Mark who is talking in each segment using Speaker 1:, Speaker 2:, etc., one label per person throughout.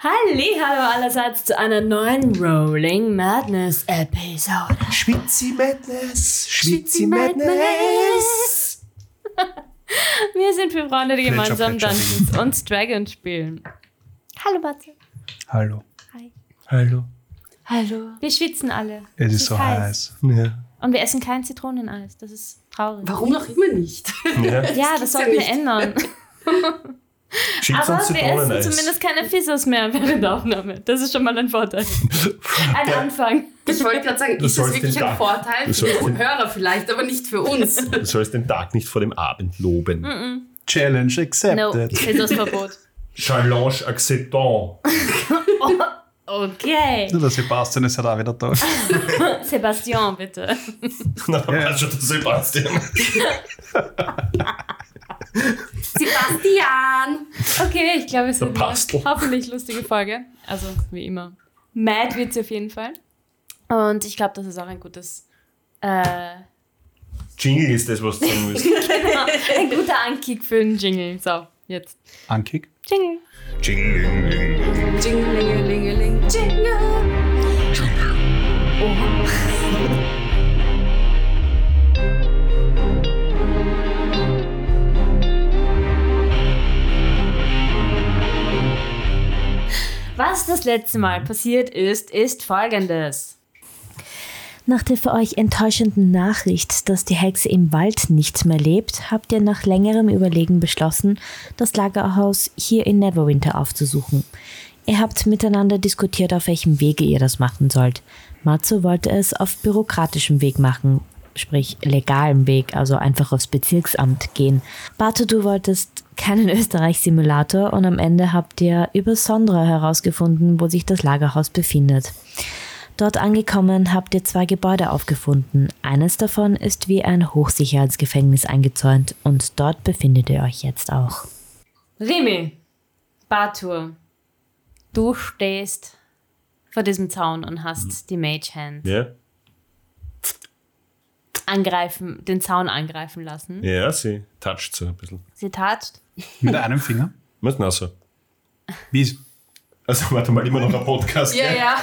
Speaker 1: Halli, hallo allerseits zu einer neuen Rolling Madness Episode.
Speaker 2: Schwitzi Madness,
Speaker 1: Schwitzi
Speaker 2: Schwitzi Madness.
Speaker 1: Wir sind vier Freunde, die
Speaker 2: Plätscher,
Speaker 1: gemeinsam
Speaker 2: plätscher.
Speaker 1: Dungeons und Dragons spielen. Hallo Matze.
Speaker 2: Hallo.
Speaker 1: Hi.
Speaker 2: Hallo.
Speaker 1: Hallo. Wir schwitzen alle.
Speaker 2: Es ist so heiß. Ja.
Speaker 1: Und wir essen kein Zitroneneis. Das ist traurig.
Speaker 3: Warum auch immer nicht?
Speaker 2: ja.
Speaker 1: Ja, das,
Speaker 3: gibt's ja
Speaker 1: sollten wir
Speaker 3: nicht.
Speaker 1: ändern.
Speaker 2: Schickt
Speaker 1: Aber
Speaker 2: uns
Speaker 1: wir essen
Speaker 2: Zitroneneis.
Speaker 1: zumindest keine Fissos mehr während der Aufnahme. Das ist schon mal ein Vorteil. Ein Anfang.
Speaker 3: Ich wollte gerade sagen,
Speaker 2: Du
Speaker 3: ist das
Speaker 2: sollst
Speaker 3: wirklich
Speaker 2: den
Speaker 3: ein
Speaker 2: Tag-
Speaker 3: Vorteil
Speaker 2: du
Speaker 3: für
Speaker 2: sollst
Speaker 3: den
Speaker 2: den-
Speaker 3: Hörer vielleicht, aber nicht für uns?
Speaker 4: Du sollst den Tag nicht vor dem Abend loben.
Speaker 2: Challenge
Speaker 1: No,
Speaker 2: accepted.
Speaker 1: Fissos-Verbot.
Speaker 4: Challenge acceptant.
Speaker 1: Okay.
Speaker 2: Der Sebastian ist halt auch wieder da.
Speaker 1: Sebastian, bitte.
Speaker 4: Na, da war schon Also der Sebastian.
Speaker 3: Sebastian!
Speaker 1: Okay, ich glaube, es
Speaker 4: Der
Speaker 1: wird
Speaker 4: Pastel.
Speaker 1: eine hoffentlich lustige Folge. Also, wie immer. Mad wird's auf jeden Fall. Und ich glaube, das ist auch ein gutes, äh, ein
Speaker 4: Jingle ist das, was du sagen willst.
Speaker 1: guter Ankick für den Jingle. So, jetzt.
Speaker 2: Ankick?
Speaker 1: Jingle.
Speaker 3: Jinglingelingeling, jingle!
Speaker 1: Oh. Was das letzte Mal passiert ist, ist folgendes.
Speaker 5: Nach der für euch enttäuschenden Nachricht, dass die Hexe im Wald nicht mehr lebt, habt ihr nach längerem Überlegen beschlossen, das Lagerhaus hier in Neverwinter aufzusuchen. Ihr habt miteinander diskutiert, auf welchem Wege ihr das machen sollt. Matzo wollte es auf bürokratischem Weg machen, sprich legalem Weg, also einfach aufs Bezirksamt gehen. Bato, du wolltest keinen Österreich-Simulator und am Ende habt ihr über Sondra herausgefunden, wo sich das Lagerhaus befindet. Dort angekommen habt ihr zwei Gebäude aufgefunden. Eines davon ist wie ein Hochsicherheitsgefängnis eingezäunt und dort befindet ihr euch jetzt auch.
Speaker 1: Remy, Batur, du stehst vor diesem Zaun und hast die Mage Hand
Speaker 4: Ja,
Speaker 1: angreifen, den Zaun angreifen lassen.
Speaker 4: ja sie toucht so ein bisschen.
Speaker 1: Sie tatscht.
Speaker 2: Mit einem Finger?
Speaker 4: Was denn auch so?
Speaker 2: Wie?
Speaker 4: Also, warte mal, immer noch ein Podcast.
Speaker 3: Ja,
Speaker 4: gell?
Speaker 3: ja,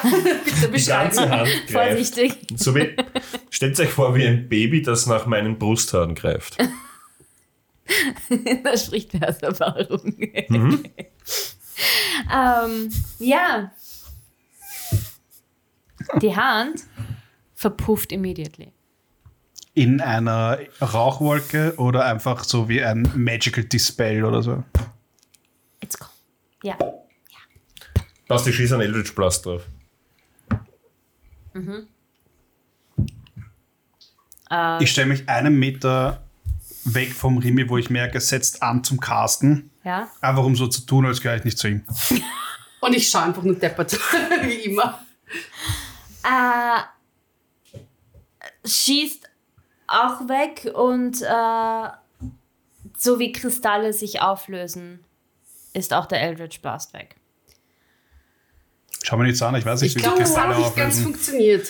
Speaker 3: bitte
Speaker 4: Die ganze
Speaker 3: beschreiben.
Speaker 4: Hand greift.
Speaker 1: Vorsichtig.
Speaker 4: So wie, stellt euch vor, wie ein Baby, das nach meinen Brusthaaren greift.
Speaker 1: Da spricht wer aus Erfahrung. ähm, ja. Die Hand verpufft immediately.
Speaker 2: In einer Rauchwolke oder einfach so wie ein Magical Dispel oder so?
Speaker 1: It's gone. Ja.
Speaker 4: Passt, ich schieße einen Eldritch Blast drauf.
Speaker 2: Ich stelle mich einen Meter weg vom Rimi, wo ich merke, es setzt an zum Casten.
Speaker 1: Ja.
Speaker 2: Einfach um so zu tun, als gehöre ich nicht zu ihm.
Speaker 3: Und ich schaue einfach nur deppert, wie immer.
Speaker 1: Äh, schießt auch weg und äh, so wie Kristalle sich auflösen, ist auch der Eldritch Blast weg.
Speaker 2: Schau mir nichts an, ich weiß
Speaker 3: Ich
Speaker 2: nicht,
Speaker 3: glaube, das hat nicht ganz
Speaker 2: auflösen.
Speaker 3: funktioniert.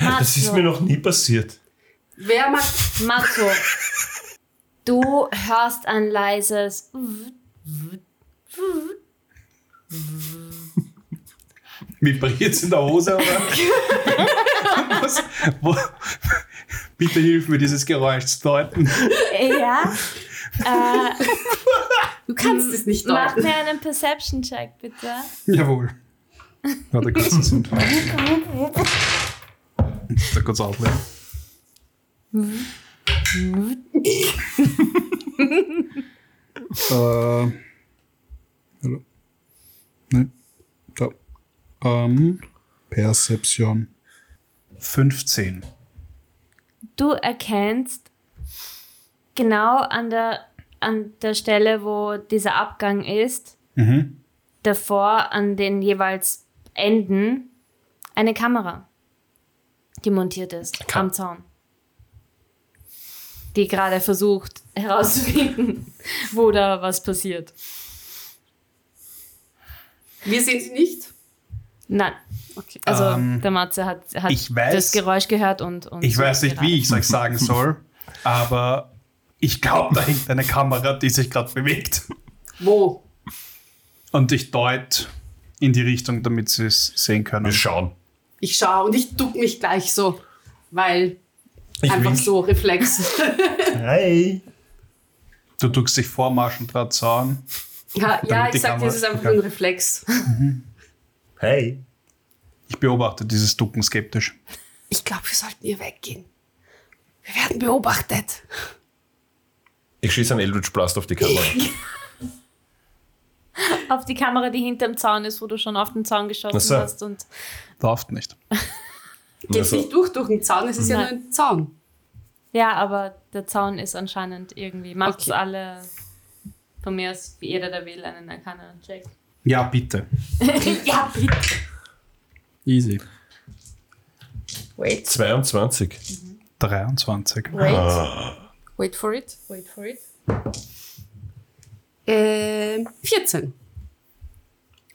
Speaker 4: Das ist mir noch nie passiert.
Speaker 3: Wer mag.
Speaker 1: Matzo, du hörst ein leises
Speaker 2: Vibriert in der Hose, oder? Was? Wo? Bitte hilf mir, dieses Geräusch zu deuten.
Speaker 1: Ja.
Speaker 3: Du kannst es nicht
Speaker 1: Mach
Speaker 3: deuten.
Speaker 1: mir einen Perception-Check, bitte.
Speaker 2: Jawohl. Warte kurz, das sind Da kurz auflegen. äh, hallo? Nein. Da. Ähm, Perception. 15.
Speaker 1: Du erkennst genau an der, an der Stelle, wo dieser Abgang ist,
Speaker 2: Mhm.
Speaker 1: davor an den jeweils Enden eine Kamera, die montiert ist
Speaker 4: Kam-
Speaker 1: am Zaun. Die gerade versucht herauszufinden, wo da was passiert.
Speaker 3: Wir sehen sie nicht.
Speaker 1: Nein. Also
Speaker 2: Ähm,
Speaker 1: der Matze hat, hat
Speaker 2: ich weiß-
Speaker 1: das Geräusch gehört und, und
Speaker 2: Ich weiß nicht, wie
Speaker 1: geraten.
Speaker 2: ich es euch sagen soll, aber ich glaube, da hängt eine Kamera, die sich gerade bewegt.
Speaker 3: Wo?
Speaker 2: Und ich deut in die Richtung, damit sie es sehen können.
Speaker 4: Wir schauen.
Speaker 3: Ich schaue und ich duck mich gleich so, weil
Speaker 4: Ich
Speaker 3: einfach
Speaker 4: wink.
Speaker 3: so Reflex.
Speaker 4: Hi.
Speaker 2: Du drückst dich vor Marschendraht Zaun.
Speaker 3: ja, ja
Speaker 2: Damit die
Speaker 3: ich sag,
Speaker 2: Kamera-
Speaker 3: das ist einfach
Speaker 2: Ja.
Speaker 3: nur ein Reflex.
Speaker 4: Hi.
Speaker 2: Ich beobachte dieses Ducken skeptisch.
Speaker 3: Ich glaube, wir sollten hier weggehen. Wir werden beobachtet.
Speaker 4: Ich schieße einen Eldritch Blast auf die Kamera.
Speaker 1: Auf die Kamera, die hinterm Zaun ist, wo du schon auf den Zaun geschossen
Speaker 4: Ach so.
Speaker 1: hast. Und
Speaker 2: Läuft nicht.
Speaker 3: Geht's
Speaker 4: Also-
Speaker 3: nicht durch durch den Zaun, es ist ja nur
Speaker 1: Nein.
Speaker 3: ein Zaun.
Speaker 1: ja, aber der Zaun ist anscheinend irgendwie. Macht's
Speaker 3: Okay.
Speaker 1: alle. Von mir aus, wie jeder, der will, einen Arcana-Check.
Speaker 2: Ja, bitte.
Speaker 1: ja, bitte.
Speaker 2: Easy.
Speaker 1: Wait,
Speaker 4: 22.
Speaker 2: 23.
Speaker 1: wait.
Speaker 3: Wait for it.
Speaker 1: Wait for it.
Speaker 3: Ähm, 14.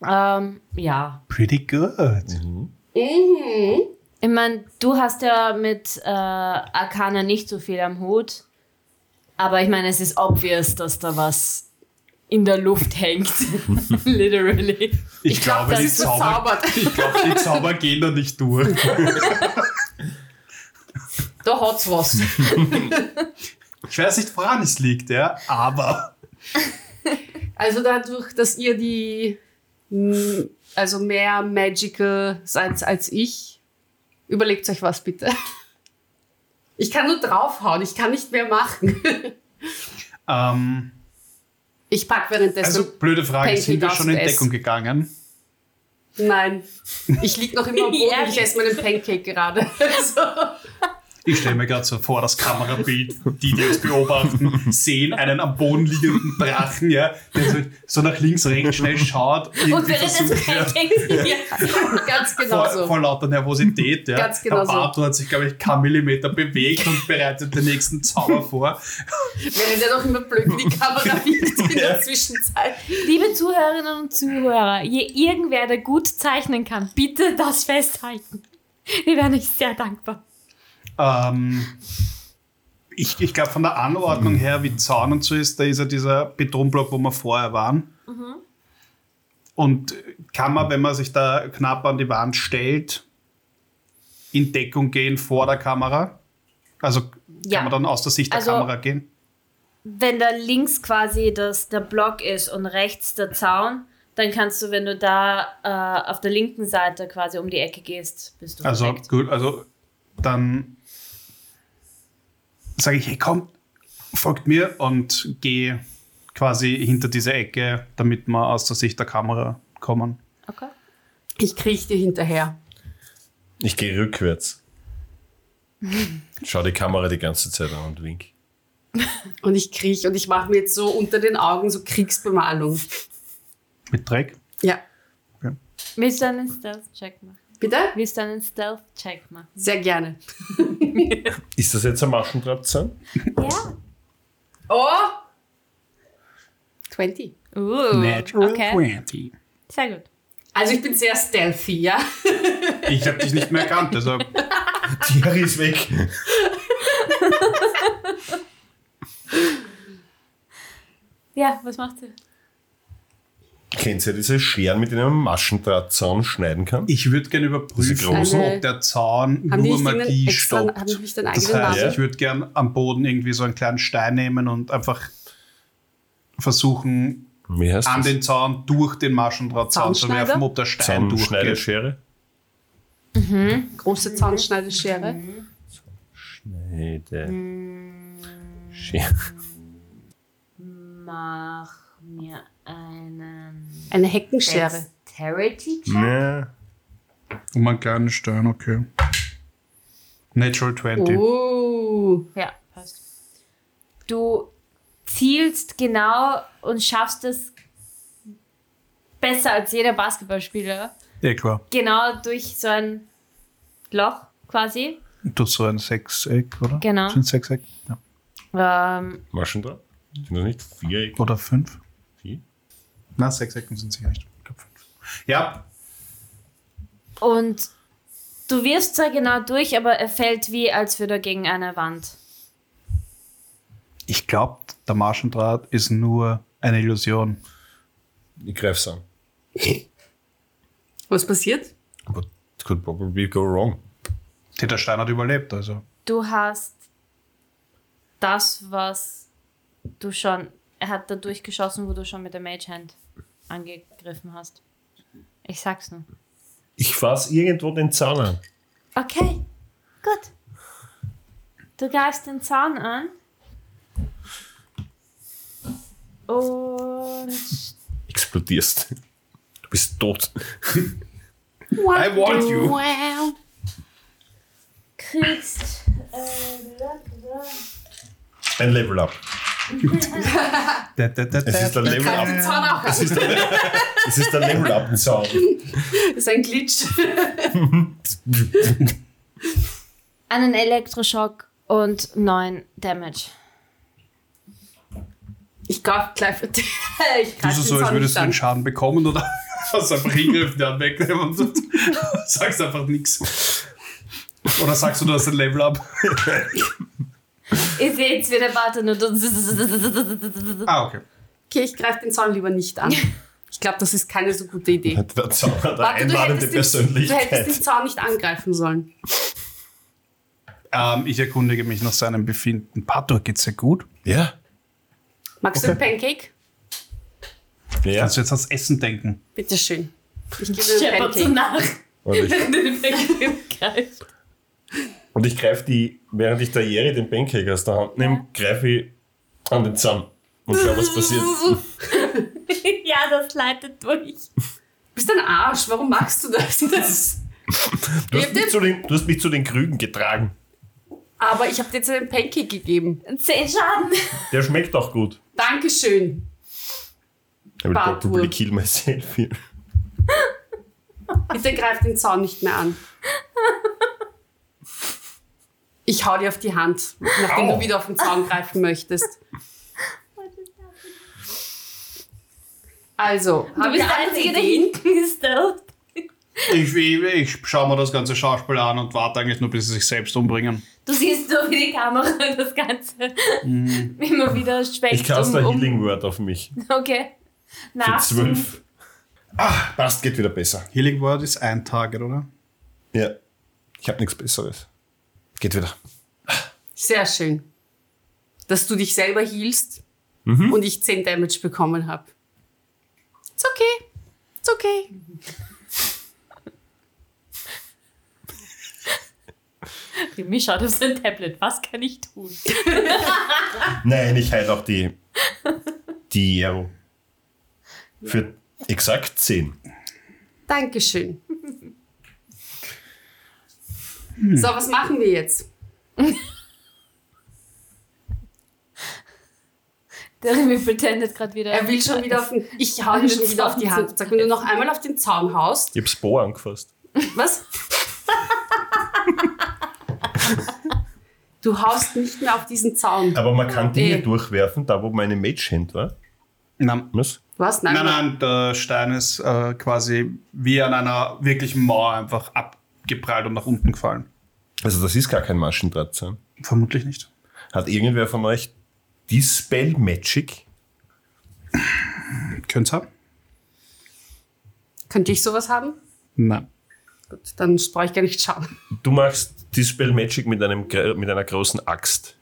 Speaker 1: Ähm, ja.
Speaker 2: Pretty good.
Speaker 3: Mhm.
Speaker 1: Ich meine, du hast ja mit äh, Arcana nicht so viel am Hut. Aber ich meine, es ist obvious, dass da was in der Luft hängt. Literally.
Speaker 2: Ich,
Speaker 3: glaub, das ist verzaubert.
Speaker 2: Ich glaube, die Zauber gehen da nicht durch.
Speaker 3: Da hat's was.
Speaker 2: Ich weiß nicht, woran es liegt, ja, aber.
Speaker 3: Also dadurch, dass ihr die mm, also mehr magical seid als ich, überlegt euch was bitte. Ich kann nur draufhauen, ich kann nicht mehr machen.
Speaker 2: Ähm,
Speaker 3: Ich pack währenddessen.
Speaker 2: also, blöde Frage:
Speaker 3: Paint
Speaker 2: Sind wir
Speaker 3: me
Speaker 2: schon in
Speaker 3: Dust
Speaker 2: Deckung
Speaker 3: S.
Speaker 2: gegangen?
Speaker 3: Nein, ich lieg noch immer am Boden,
Speaker 1: Ja.
Speaker 3: ich esse meinen Pancake gerade. Also,
Speaker 2: Ich stelle mir gerade so vor, das Kamerabild, die, die uns beobachten, sehen einen am Boden liegenden Drachen, ja, der so, so nach links, rechts schnell schaut.
Speaker 1: Und
Speaker 2: irgendwie
Speaker 1: währenddessen
Speaker 2: versucht, ja,
Speaker 3: ganz genau
Speaker 2: vor,
Speaker 3: so.
Speaker 2: vor lauter Nervosität. Ja.
Speaker 3: Ganz genau
Speaker 2: Der
Speaker 3: so.
Speaker 2: Bartu hat sich, glaube ich, kein Millimeter bewegt und bereitet den nächsten Zauber vor.
Speaker 3: Während er noch immer blöd in die Kamera liegt in
Speaker 4: Ja.
Speaker 3: der Zwischenzeit.
Speaker 1: Liebe Zuhörerinnen und Zuhörer, je irgendwer, der gut zeichnen kann, bitte das festhalten. Wir wären euch sehr dankbar.
Speaker 2: Ähm, ich ich glaube, von der Anordnung her, wie Zaun und so ist, da ist ja dieser Betonblock, wo wir vorher waren.
Speaker 1: Mhm.
Speaker 2: Und kann man, wenn man sich da knapp an die Wand stellt, in Deckung gehen vor der Kamera? Also
Speaker 1: Ja.
Speaker 2: kann man dann aus der Sicht der
Speaker 1: Also-
Speaker 2: Kamera gehen?
Speaker 1: Wenn da links quasi das, der Block ist und rechts der Zaun, dann kannst du, wenn du da äh, auf der linken Seite quasi um die Ecke gehst, bist du
Speaker 2: Also
Speaker 1: perfekt.
Speaker 2: gut, also dann sage ich, hey, komm, folgt mir und gehe quasi hinter diese Ecke, damit wir aus der Sicht der Kamera kommen.
Speaker 1: Okay.
Speaker 3: Ich kriech dir hinterher.
Speaker 4: Ich gehe rückwärts. Schau die Kamera die ganze Zeit an und wink.
Speaker 3: Und ich kriech und ich mache mir jetzt so unter den Augen so Kriegsbemalung.
Speaker 2: Mit Dreck?
Speaker 3: Ja.
Speaker 1: Willst du einen Stealth-Check machen?
Speaker 3: Bitte?
Speaker 1: Willst du einen Stealth-Check machen?
Speaker 3: Sehr gerne.
Speaker 4: Ist das jetzt ein Maschendrahtzaun?
Speaker 1: Ja.
Speaker 3: Oh! 20. Oh,
Speaker 1: Uh,
Speaker 2: Natural
Speaker 1: okay.
Speaker 2: 20.
Speaker 1: Sehr gut.
Speaker 3: Also ich bin sehr stealthy, ja?
Speaker 2: Ich habe dich nicht mehr erkannt, also
Speaker 4: Thierry ist weg.
Speaker 1: Ja, was macht sie?
Speaker 4: Kennt ihr diese Scheren, mit denen man Maschendrahtzaun schneiden kann?
Speaker 2: ich würde gerne
Speaker 4: Diese
Speaker 2: überprüfen,
Speaker 4: großen?
Speaker 2: ob der Zaun
Speaker 3: Haben die
Speaker 2: nur
Speaker 3: nicht
Speaker 2: Magie
Speaker 3: irgendeinen extra-
Speaker 2: stoppt.
Speaker 3: haben die nicht einen
Speaker 2: das
Speaker 3: eigenen
Speaker 2: heißt,
Speaker 4: Namen?
Speaker 2: ich würde gerne am Boden irgendwie so einen kleinen Stein nehmen und einfach versuchen,
Speaker 4: Wie heißt
Speaker 2: an
Speaker 4: das?
Speaker 2: den Zaun durch den Maschendrahtzaun zu
Speaker 3: Zaunschneider?
Speaker 2: werfen, ob der Stein durchgeht.
Speaker 4: Zaunschneiderschere?
Speaker 3: Große Zahnschneideschere.
Speaker 4: Schneide. Schere.
Speaker 1: Mach mir einen
Speaker 3: Eine Heckenschere.
Speaker 1: Dexterity-Check.
Speaker 4: Nee.
Speaker 2: Um einen kleinen Stein, okay. Natural 20.
Speaker 3: Oh.
Speaker 1: Ja, passt. Du zielst genau und schaffst es besser als jeder Basketballspieler.
Speaker 2: Ja, klar.
Speaker 1: Genau durch so ein Loch quasi.
Speaker 2: Du so ein Sechseck, oder?
Speaker 1: Genau.
Speaker 2: Sind Sechseck? Ja.
Speaker 1: Ähm,
Speaker 4: Maschendraht? Sind das nicht Viereck?
Speaker 2: Oder fünf?
Speaker 4: Vier?
Speaker 2: Na, sechs Ecken sind sicher nicht. Ich glaub, fünf. Ja,
Speaker 1: und du wirfst zwar genau durch, aber er fällt wie, als würde er gegen eine Wand.
Speaker 2: ich glaube, der Marschendraht ist nur eine Illusion.
Speaker 4: Ich greif's an.
Speaker 3: Was passiert?
Speaker 4: But it could probably go wrong.
Speaker 2: Peter Stein hat überlebt, also.
Speaker 1: Du hast das, was du schon. Er hat da durchgeschossen, wo du schon mit der Mage Hand angegriffen hast. Ich sag's nur.
Speaker 4: Ich fass irgendwo den Zahn an.
Speaker 1: Okay, gut. Du greifst den Zahn an. Und.
Speaker 4: Explodierst. Du bist tot.
Speaker 2: I want you.
Speaker 1: kriegst. äh,
Speaker 4: Ein Level up.
Speaker 2: Da, da, da,
Speaker 4: Es ist
Speaker 2: da.
Speaker 4: ein Level up.
Speaker 3: Zahn auch. Das
Speaker 4: Es ist ein, es ist ein Level up Zahn.
Speaker 3: ist ein Glitch.
Speaker 1: Einen Elektroschock und 9 Damage.
Speaker 3: Ich greif gleich. ich
Speaker 2: Du
Speaker 3: greif
Speaker 2: so,
Speaker 3: den
Speaker 2: so, als
Speaker 3: Zahn
Speaker 2: würdest
Speaker 3: nicht
Speaker 2: du
Speaker 3: an.
Speaker 2: den Schaden bekommen oder hast du einfach hingriffen, der wegnehmen und so- sagst einfach nichts. Oder sagst du, du hast ein Level up?
Speaker 1: Ihr seht's, wie der Bart nur.
Speaker 2: Ah, okay.
Speaker 3: Okay, ich greif den Zahn lieber nicht an. Ich glaube, das ist keine so gute Idee.
Speaker 4: Der Zahn hat eine
Speaker 3: Warte, du
Speaker 4: einladende
Speaker 3: hättest, den, du hättest
Speaker 4: Persönlichkeit.
Speaker 3: den Zaun nicht angreifen sollen.
Speaker 2: Ähm, ich erkundige mich nach seinem Befinden. Pato, geht's dir gut?
Speaker 4: Ja.
Speaker 3: Magst du ein Pancake?
Speaker 4: Ja.
Speaker 2: Kannst du jetzt ans Essen denken?
Speaker 3: Bitteschön. Ich gebe dir ein
Speaker 1: Shepard so
Speaker 3: Pancake.
Speaker 1: nach.
Speaker 4: Und ich,
Speaker 1: Greift.
Speaker 4: und ich greife die, während ich der Jerry den Pancake aus der Hand nehme, greife ich an den Zahn. Und schau, was passiert.
Speaker 1: ja, das leitet durch.
Speaker 3: Bist ein Arsch, warum magst du das? das?
Speaker 4: Du hast, mich zu den, du hast mich zu den Krügen getragen.
Speaker 3: Aber ich habe dir jetzt einen Pancake gegeben.
Speaker 1: Zehn Schaden.
Speaker 4: Der schmeckt auch gut.
Speaker 3: Dankeschön.
Speaker 4: I will
Speaker 3: Bartur.
Speaker 4: probably kill myself here.
Speaker 3: Bitte greif den Zaun nicht mehr an. Ich hau dir auf die Hand, nachdem
Speaker 4: Au.
Speaker 3: du wieder auf den Zaun greifen möchtest. Also,
Speaker 1: Du bist der Einzige, der hinten ist. Stealth.
Speaker 2: Ich, ich, ich schaue mir das ganze Schauspiel an und warte eigentlich nur, bis sie sich selbst umbringen.
Speaker 1: Du siehst so, wie die Kamera das Ganze immer wieder schwenkt. um,
Speaker 4: Mhm. Ich
Speaker 3: um-
Speaker 4: caste ein Healing Word auf mich.
Speaker 1: Okay.
Speaker 4: Für
Speaker 1: Nach
Speaker 4: zwölf. Ah, passt, geht wieder besser.
Speaker 2: Healing Word ist ein Target, oder?
Speaker 4: Ja. Ich habe nichts Besseres. Geht wieder.
Speaker 3: Sehr schön. Dass du dich selber healst und ich 10 Damage bekommen habe. It's okay. It's okay.
Speaker 1: Rimi schaut auf sein Tablet. Was kann ich tun?
Speaker 4: Nein, ich heile auch die. Die Jero. Für exakt 10.
Speaker 3: Dankeschön. So, was machen wir jetzt?
Speaker 1: Der Rimi pretendet gerade wieder.
Speaker 3: Er will schon wieder auf den. Ich hau dir schon wieder auf die Hand. Sag, wenn du noch einmal auf den Zaun haust.
Speaker 4: Ich hab's Bo angefasst.
Speaker 3: Was? Du haust nicht mehr auf diesen Zaun.
Speaker 4: Aber man kann Dinge
Speaker 3: Nee.
Speaker 4: durchwerfen, da wo meine Mage-Hand war.
Speaker 2: Nein.
Speaker 4: Was?
Speaker 3: Was? Nein,
Speaker 2: Nein, nein, der Stein ist äh, quasi wie an einer wirklichen Mauer einfach abgeprallt und nach unten gefallen.
Speaker 4: Also, das ist gar kein Maschendrahtzaun.
Speaker 2: Vermutlich nicht.
Speaker 4: Hat irgendwer von euch Dispel Magic?
Speaker 2: Könnt's haben?
Speaker 3: Könnte ich sowas haben?
Speaker 2: Nein.
Speaker 3: Gut, dann brauche ich gar nicht schauen.
Speaker 4: Du machst Dispel Magic mit, einem, gr- mit einer großen Axt.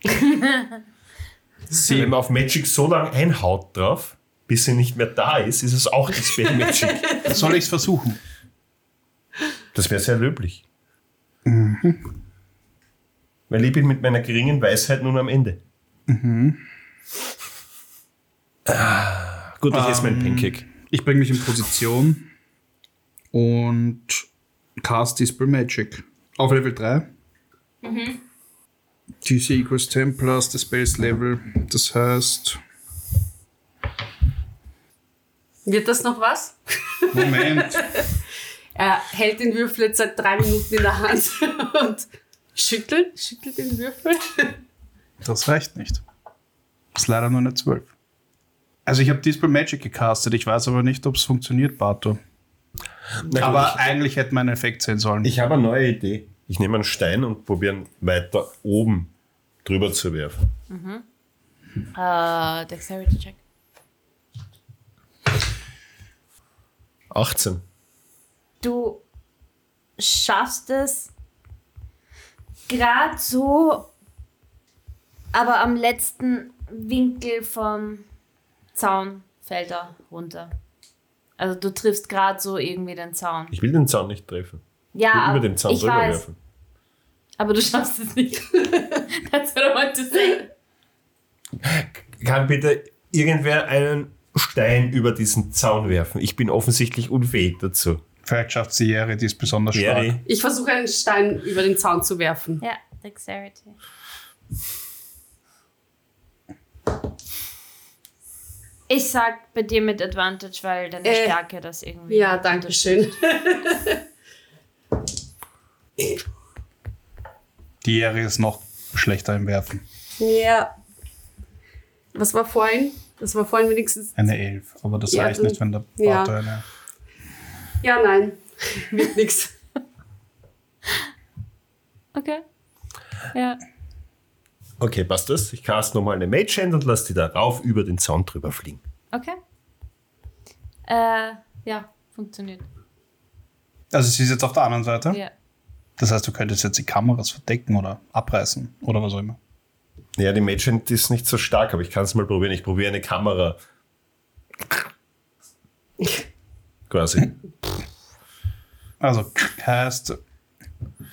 Speaker 4: Wenn man auf Magic so lange einhaut drauf, bis sie nicht mehr da ist, ist es auch Dispel Magic.
Speaker 2: Soll ich's versuchen?
Speaker 4: Das wäre sehr löblich. Mhm. Weil ich bin mit meiner geringen Weisheit nun am Ende. Mhm. Ah, gut, ich esse meinen Pancake.
Speaker 2: Ich bringe mich in Position und cast Dispel Magic. Auf Level 3. DC equals 10 plus the Space Level. Das heißt.
Speaker 3: Wird das noch was?
Speaker 2: Moment.
Speaker 3: Er hält den Würfel jetzt seit drei Minuten in der Hand und schüttelt, schüttelt den Würfel.
Speaker 2: Das reicht nicht. Ist leider nur eine 12. Also ich habe Dispel Magic gecastet, ich weiß aber nicht, ob es funktioniert, Bato. Aber eigentlich hätte man einen Effekt sehen sollen.
Speaker 4: ich habe eine neue Idee. Ich nehme einen Stein und probiere ihn weiter oben drüber zu werfen.
Speaker 1: Äh, Dexterity Check.
Speaker 4: 18.
Speaker 1: du schaffst es gerade so, aber am letzten Winkel vom Zaun fällt er runter. Also du triffst gerade so irgendwie den Zaun.
Speaker 4: Ich will den Zaun nicht treffen. Ich will
Speaker 1: Ja,
Speaker 4: über den Zaun
Speaker 1: ich
Speaker 4: drüber
Speaker 1: weiß,
Speaker 4: werfen.
Speaker 1: aber du schaffst es nicht. That's what I want to say.
Speaker 4: Kann bitte irgendwer einen Stein über diesen Zaun werfen? Ich bin offensichtlich unfähig dazu.
Speaker 2: Vielleicht schafft sie Jerry, die ist besonders stark.
Speaker 4: Jerry,
Speaker 3: Ich versuche einen Stein über den Zaun zu werfen.
Speaker 1: Ja, Dexterity. Ich sag bei dir mit Advantage, weil deine
Speaker 3: Äh,
Speaker 1: Stärke das irgendwie.
Speaker 3: Ja, danke schön.
Speaker 2: Die Jerry ist noch schlechter im Werfen.
Speaker 3: Ja. Was war vorhin? Das war vorhin wenigstens.
Speaker 2: Eine Elf. Aber das
Speaker 3: Ja,
Speaker 2: reicht
Speaker 3: du-
Speaker 2: nicht, wenn der
Speaker 3: ja.
Speaker 2: Vater eine.
Speaker 3: Ja, nein. Wird nix.
Speaker 1: Okay. Ja.
Speaker 4: Okay, passt das? Ich cast nochmal eine Mage Hand und lass die da rauf über den Zaun drüber fliegen.
Speaker 1: Okay. Äh, ja, funktioniert.
Speaker 2: Also sie ist jetzt auf der anderen Seite.
Speaker 1: Ja.
Speaker 2: Das heißt, du könntest jetzt die Kameras verdecken oder abreißen oder was auch immer.
Speaker 4: Ja, die Mage Hand ist nicht so stark, aber ich kann es mal probieren. Ich probiere eine Kamera. Quasi.
Speaker 2: Also heißt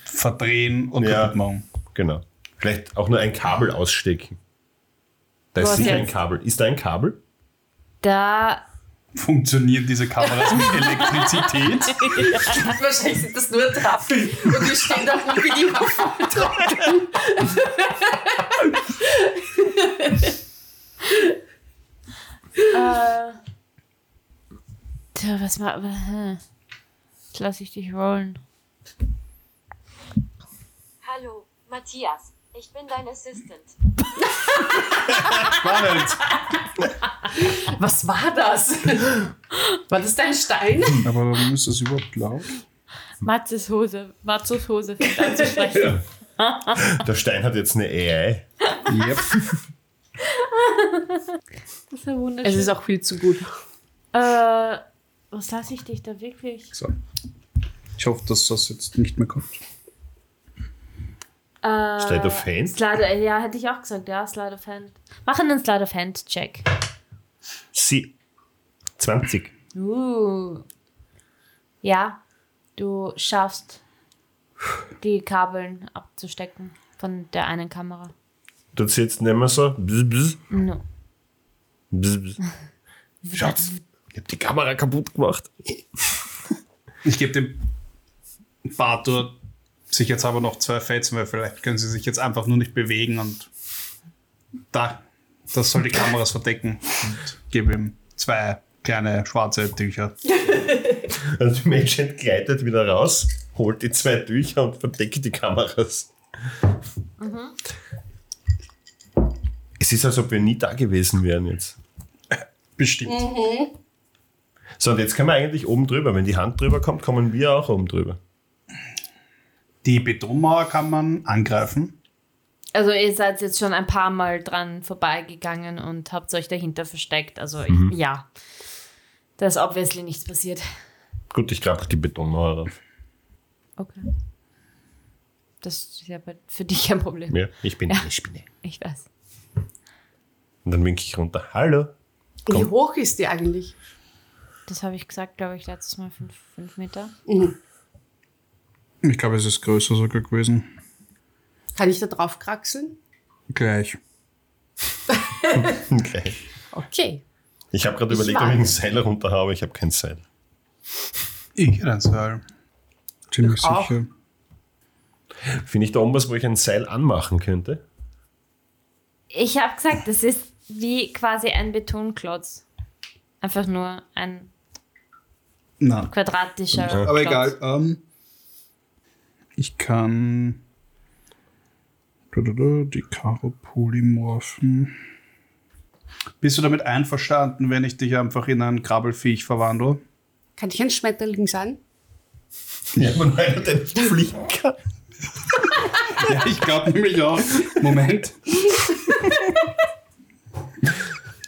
Speaker 2: verdrehen und
Speaker 4: Ja.
Speaker 2: kaputt machen.
Speaker 4: Genau. Vielleicht auch nur ein Kabel ausstecken. Da
Speaker 1: Du
Speaker 4: ist
Speaker 1: hast
Speaker 4: sicher ein
Speaker 1: jetzt-
Speaker 4: Kabel. Ist da ein Kabel?
Speaker 1: Da.
Speaker 2: Funktionieren diese Kameras mit Elektrizität?
Speaker 3: Wahrscheinlich sind das nur Trappen. Und die stehen da rum wie die Hofvertrauten.
Speaker 1: Äh, tja, was ma- hä? Jetzt lass ich dich rollen.
Speaker 6: Hallo, Matthias. Ich bin dein Assistant.
Speaker 2: Spannend.
Speaker 3: Was war das? War das dein Stein?
Speaker 2: Aber warum ist das überhaupt laut?
Speaker 1: Matzes Hose. Matzos Hose fängt an zu sprechen.
Speaker 4: Der Stein hat jetzt eine AI.
Speaker 2: Yep.
Speaker 1: Das ist ja wunderschön.
Speaker 3: Es ist auch viel zu gut.
Speaker 1: Äh, was lasse ich dich da wirklich?
Speaker 2: So. Ich hoffe, dass das jetzt nicht mehr kommt.
Speaker 1: Äh,
Speaker 4: Slide of Hand?
Speaker 1: Slide, ja, hätte ich auch gesagt, ja, Slide of Hand. Machen einen Slide of Hand-Check.
Speaker 4: Sie. 20.
Speaker 1: Uh. Ja, du schaffst, die Kabeln abzustecken von der einen Kamera.
Speaker 4: Du jetzt nicht mehr so. Bzz, bzz,
Speaker 1: No.
Speaker 4: bzz, bzz. Schatz, ich hab die Kamera kaputt gemacht.
Speaker 2: Ich gebe dem Bartur sich jetzt aber noch zwei Fates, weil vielleicht können sie sich jetzt einfach nur nicht bewegen und da, das soll die Kameras verdecken. Und gebe ihm zwei kleine schwarze Tücher.
Speaker 4: Also die Menschheit gleitet wieder raus, holt die zwei Tücher und verdeckt die Kameras. Mhm. Es ist, als ob wir nie da gewesen wären jetzt.
Speaker 2: Bestimmt.
Speaker 4: So, und jetzt können wir eigentlich oben drüber. Wenn die Hand drüber kommt, kommen wir auch oben drüber.
Speaker 2: Die Betonmauer kann man angreifen.
Speaker 1: Also ihr seid jetzt schon ein paar Mal dran vorbeigegangen und habt euch dahinter versteckt. Also ich, ja, da ist obviously nichts passiert.
Speaker 4: Gut, ich glaube, die Betonmauer rauf.
Speaker 1: Okay. Das ist ja bei- für dich kein Problem.
Speaker 4: Ja, ich bin eine Spinne.
Speaker 1: Ich weiß.
Speaker 4: Und dann winke ich runter. Hallo.
Speaker 3: Wie hoch ist die eigentlich?
Speaker 1: Das habe ich gesagt, glaube ich, letztes Mal fünf, fünf Meter.
Speaker 2: Ich glaube, es ist größer sogar gewesen.
Speaker 3: Kann ich da drauf kraxeln?
Speaker 2: Gleich.
Speaker 4: Okay.
Speaker 3: Okay.
Speaker 4: Ich habe gerade
Speaker 3: Ich
Speaker 4: überlegt, ob ich ein
Speaker 3: warte.
Speaker 4: Seil runter habe. Ich habe kein Seil.
Speaker 2: Ich hätte ein Seil. Ziemlich
Speaker 3: Ich auch.
Speaker 2: sicher.
Speaker 4: Finde ich da oben was, wo ich ein Seil anmachen könnte?
Speaker 1: Ich habe gesagt, das ist wie quasi ein Betonklotz. Einfach nur ein
Speaker 2: Na,
Speaker 1: quadratischer.
Speaker 4: Ja.
Speaker 1: Klotz.
Speaker 2: aber egal. Ähm, ich kann die Karo polymorphen. Bist du damit einverstanden, wenn ich dich einfach in ein Krabbelfiech verwandle?
Speaker 3: Kann ich ein Schmetterling sein?
Speaker 4: Ja, man einer, der nicht fliegen kann.
Speaker 2: Ja, ich glaube nämlich auch. Moment.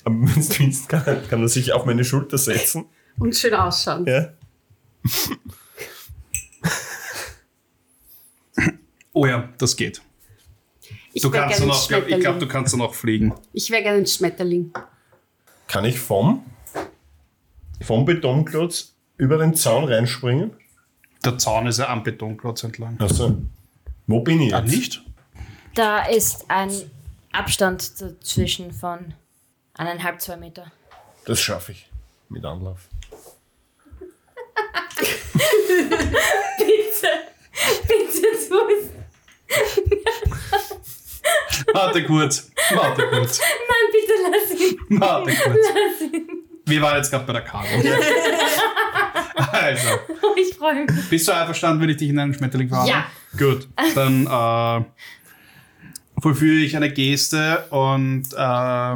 Speaker 4: Aber wenn es willst, kann, kann er sich auf meine Schulter setzen.
Speaker 3: Und schön ausschauen.
Speaker 4: Ja.
Speaker 2: Oh ja, das geht.
Speaker 3: Ich
Speaker 2: Du
Speaker 3: wäre
Speaker 2: kannst dann
Speaker 3: gerne ein
Speaker 2: auch, glaub, ich glaube, du
Speaker 3: Schmetterling.
Speaker 2: kannst dann auch fliegen.
Speaker 3: Ich wäre gerne ein Schmetterling.
Speaker 4: Kann ich vom, vom Betonklotz über den Zaun reinspringen?
Speaker 2: Der Zaun ist ja am Betonklotz entlang.
Speaker 4: Also, wo bin ich jetzt?
Speaker 2: Ah, nicht?
Speaker 1: Da ist ein Abstand dazwischen von eineinhalb, zwei Meter.
Speaker 4: Das schaffe ich. Mit Anlauf.
Speaker 1: Bitte tu es.
Speaker 2: Warte kurz. Warte kurz.
Speaker 1: Nein, bitte lass ihn.
Speaker 2: Warte kurz. Wir waren jetzt gerade bei der Karte. Also,
Speaker 1: Ich freue mich.
Speaker 2: bist du einverstanden, wenn ich dich in einen Schmetterling verwandle?
Speaker 3: Ja.
Speaker 2: Gut, dann äh, vollführe ich eine Geste und äh,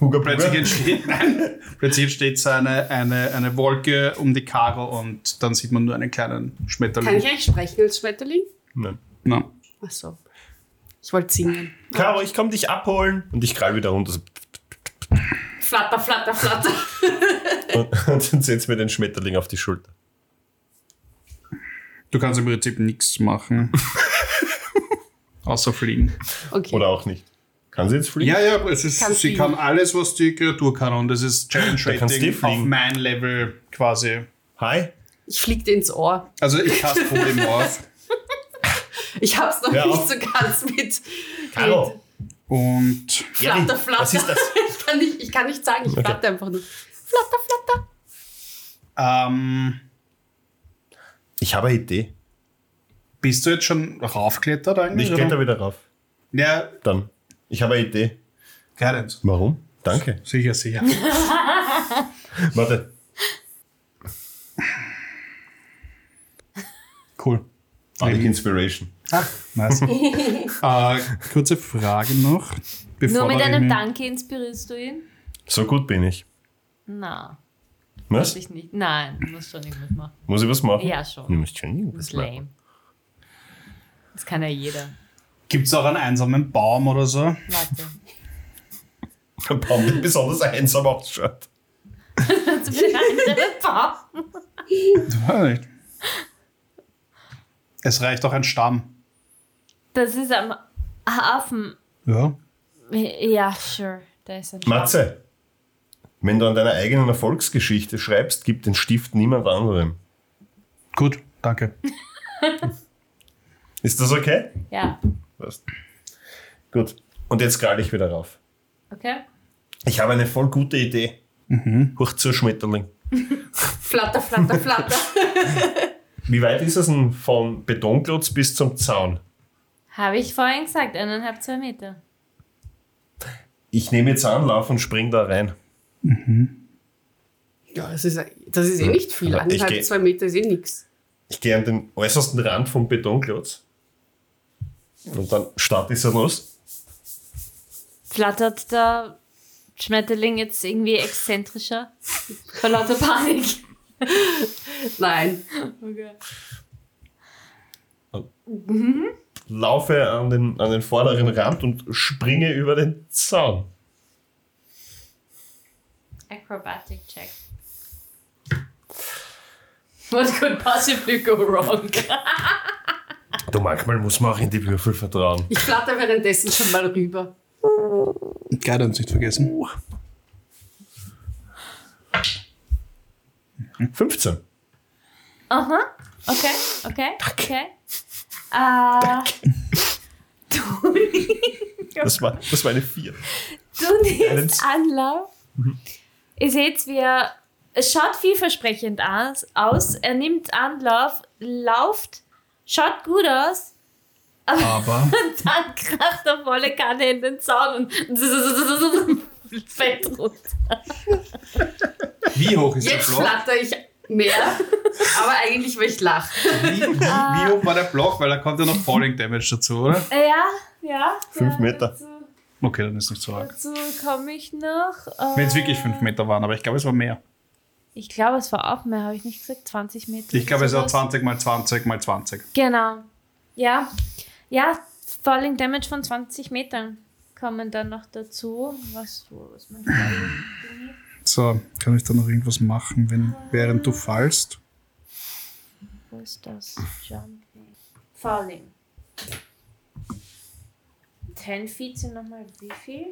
Speaker 4: Huga
Speaker 2: plötzlich, entsteht, nein, plötzlich entsteht so eine, eine, eine Wolke um die Karo und dann sieht man nur einen kleinen
Speaker 3: Kann ich
Speaker 2: Schmetterling.
Speaker 3: eigentlich sprechen als Schmetterling?
Speaker 4: Nein.
Speaker 2: Na,
Speaker 3: Ach so. Ich wollte singen.
Speaker 4: Caro, ich komme dich abholen. Und ich krall wieder runter.
Speaker 3: Flatter, flatter, flatter.
Speaker 4: Und, und dann setzt mir den Schmetterling auf die Schulter.
Speaker 2: du kannst im Prinzip nichts machen. Außer fliegen.
Speaker 3: Okay.
Speaker 4: Oder auch nicht. Kann sie jetzt fliegen?
Speaker 2: Ja, ja, es ist,
Speaker 3: Kann
Speaker 2: sie
Speaker 3: fliegen.
Speaker 2: kann alles, was die Kreatur kann und das ist Challenge
Speaker 4: Da kannst du
Speaker 2: Rating auf
Speaker 4: fliegen.
Speaker 2: mein Level quasi.
Speaker 4: Hi.
Speaker 3: Ich flieg dir ins Ohr.
Speaker 2: Also ich cast Polymorph
Speaker 3: Ich hab's noch
Speaker 4: Hör
Speaker 3: nicht
Speaker 4: auf.
Speaker 3: so ganz mit.
Speaker 4: Caro.
Speaker 2: und
Speaker 4: Erwin,
Speaker 3: Flatter, flatter.
Speaker 4: Was ist das?
Speaker 3: Ich kann nicht, ich kann nicht sagen, ich
Speaker 4: Okay.
Speaker 3: flatter einfach nur.
Speaker 2: ähm,
Speaker 4: Ich habe eine Idee.
Speaker 2: bist du jetzt schon raufklettert eigentlich?
Speaker 4: Ich kletter
Speaker 2: oder?
Speaker 4: wieder rauf.
Speaker 2: Ja,
Speaker 4: Dann. Ich habe eine Idee.
Speaker 2: Guidance.
Speaker 4: Warum? Danke.
Speaker 2: Sicher, sicher.
Speaker 4: Warte.
Speaker 2: Cool.
Speaker 4: Sonic Inspiration.
Speaker 2: Ach, nice. äh, kurze Frage noch. Bevor
Speaker 1: Nur mit
Speaker 2: da
Speaker 1: einem
Speaker 2: irgendwie-
Speaker 1: Danke inspirierst du ihn?
Speaker 4: So gut bin ich.
Speaker 1: Na, muss
Speaker 4: Was?
Speaker 1: ich nicht. Nein, muss schon irgendwas machen.
Speaker 4: Muss ich was machen?
Speaker 1: Ja, schon.
Speaker 4: Du musst schon
Speaker 1: Das
Speaker 4: irgendwas
Speaker 1: ist
Speaker 4: machen.
Speaker 1: lame. Das kann ja jeder.
Speaker 2: Gibt es auch einen einsamen Baum oder so?
Speaker 1: Warte.
Speaker 4: Ein Baum, der besonders einsam ausschaut.
Speaker 1: Kannst du bitte einen Baum?
Speaker 2: Ich weiß nicht. Es reicht auch ein Stamm.
Speaker 1: Das ist am Hafen.
Speaker 2: Ja.
Speaker 1: Ja, sure. Da ist ein Baum.
Speaker 4: Matze, wenn du an deiner eigenen Erfolgsgeschichte schreibst, gib den Stift niemand anderem.
Speaker 2: Gut, danke.
Speaker 4: Ist das okay?
Speaker 1: Ja,
Speaker 4: Passt. Gut. Und jetzt gerade ich wieder rauf.
Speaker 1: okay.
Speaker 4: Ich habe eine voll gute Idee. Mhm. Hoch zur Schmetterling.
Speaker 3: Flatter, flatter, flatter.
Speaker 4: Wie weit ist es denn vom Betonklotz bis zum Zaun?
Speaker 1: Habe ich vorhin gesagt, eineinhalb, zwei Meter.
Speaker 4: Ich nehme jetzt Anlauf und spring da rein.
Speaker 3: ja, das ist, das ist eh nicht viel.
Speaker 4: Aber ich geh-
Speaker 3: Eineinhalb, zwei Meter ist eh nix.
Speaker 4: Ich gehe an den äußersten Rand vom Betonklotz. Und dann starte ich so los.
Speaker 1: Flattert der Schmetterling jetzt irgendwie exzentrischer? Vor lauter Panik.
Speaker 3: Nein.
Speaker 1: Okay.
Speaker 4: Laufe an den, an den vorderen Rand und springe über den Zaun.
Speaker 1: Acrobatic check. What could possibly go wrong?
Speaker 4: Du, manchmal muss man auch in die Würfel vertrauen.
Speaker 3: Ich flatter währenddessen schon mal rüber.
Speaker 2: Guidance nicht vergessen.
Speaker 4: 15.
Speaker 1: Aha. Okay, okay, okay. Äh, du,
Speaker 4: Das war, das war eine 4.
Speaker 1: du nimmst
Speaker 4: Eins.
Speaker 1: Anlauf. Ihr seht, wie er, es schaut vielversprechend aus, aus. Er nimmt Anlauf, lauft, schaut gut aus,
Speaker 2: Aber
Speaker 1: dann kracht er volle Kanne in den Zaun und fällt runter.
Speaker 2: wie hoch ist
Speaker 3: Jetzt
Speaker 2: der Block?
Speaker 3: flatter ich mehr, aber eigentlich will ich lachen.
Speaker 2: Wie, wie, wie hoch war der Block? Weil da kommt ja noch Falling Damage dazu, oder?
Speaker 1: Äh, Ja, ja.
Speaker 4: Fünf
Speaker 1: ja,
Speaker 4: Meter.
Speaker 1: Dazu,
Speaker 2: Okay, dann ist nicht so arg.
Speaker 1: dazu komme ich noch. Äh,
Speaker 2: Wenn es wirklich 5 Meter waren, aber ich glaube, es war mehr.
Speaker 1: Ich glaube, es war auch mehr, habe ich nicht gesagt. 20 Meter.
Speaker 2: Ich glaube, es war
Speaker 1: sowas.
Speaker 2: 20 mal 20 mal 20.
Speaker 1: Genau. Ja. Ja, Falling Damage von 20 Metern kommen dann noch dazu. Was, wo ist mein Falling?
Speaker 2: So, kann ich da noch irgendwas machen, wenn, während du fallst?
Speaker 1: Wo ist das? Jump. Falling. 10 Feet sind nochmal wie viel?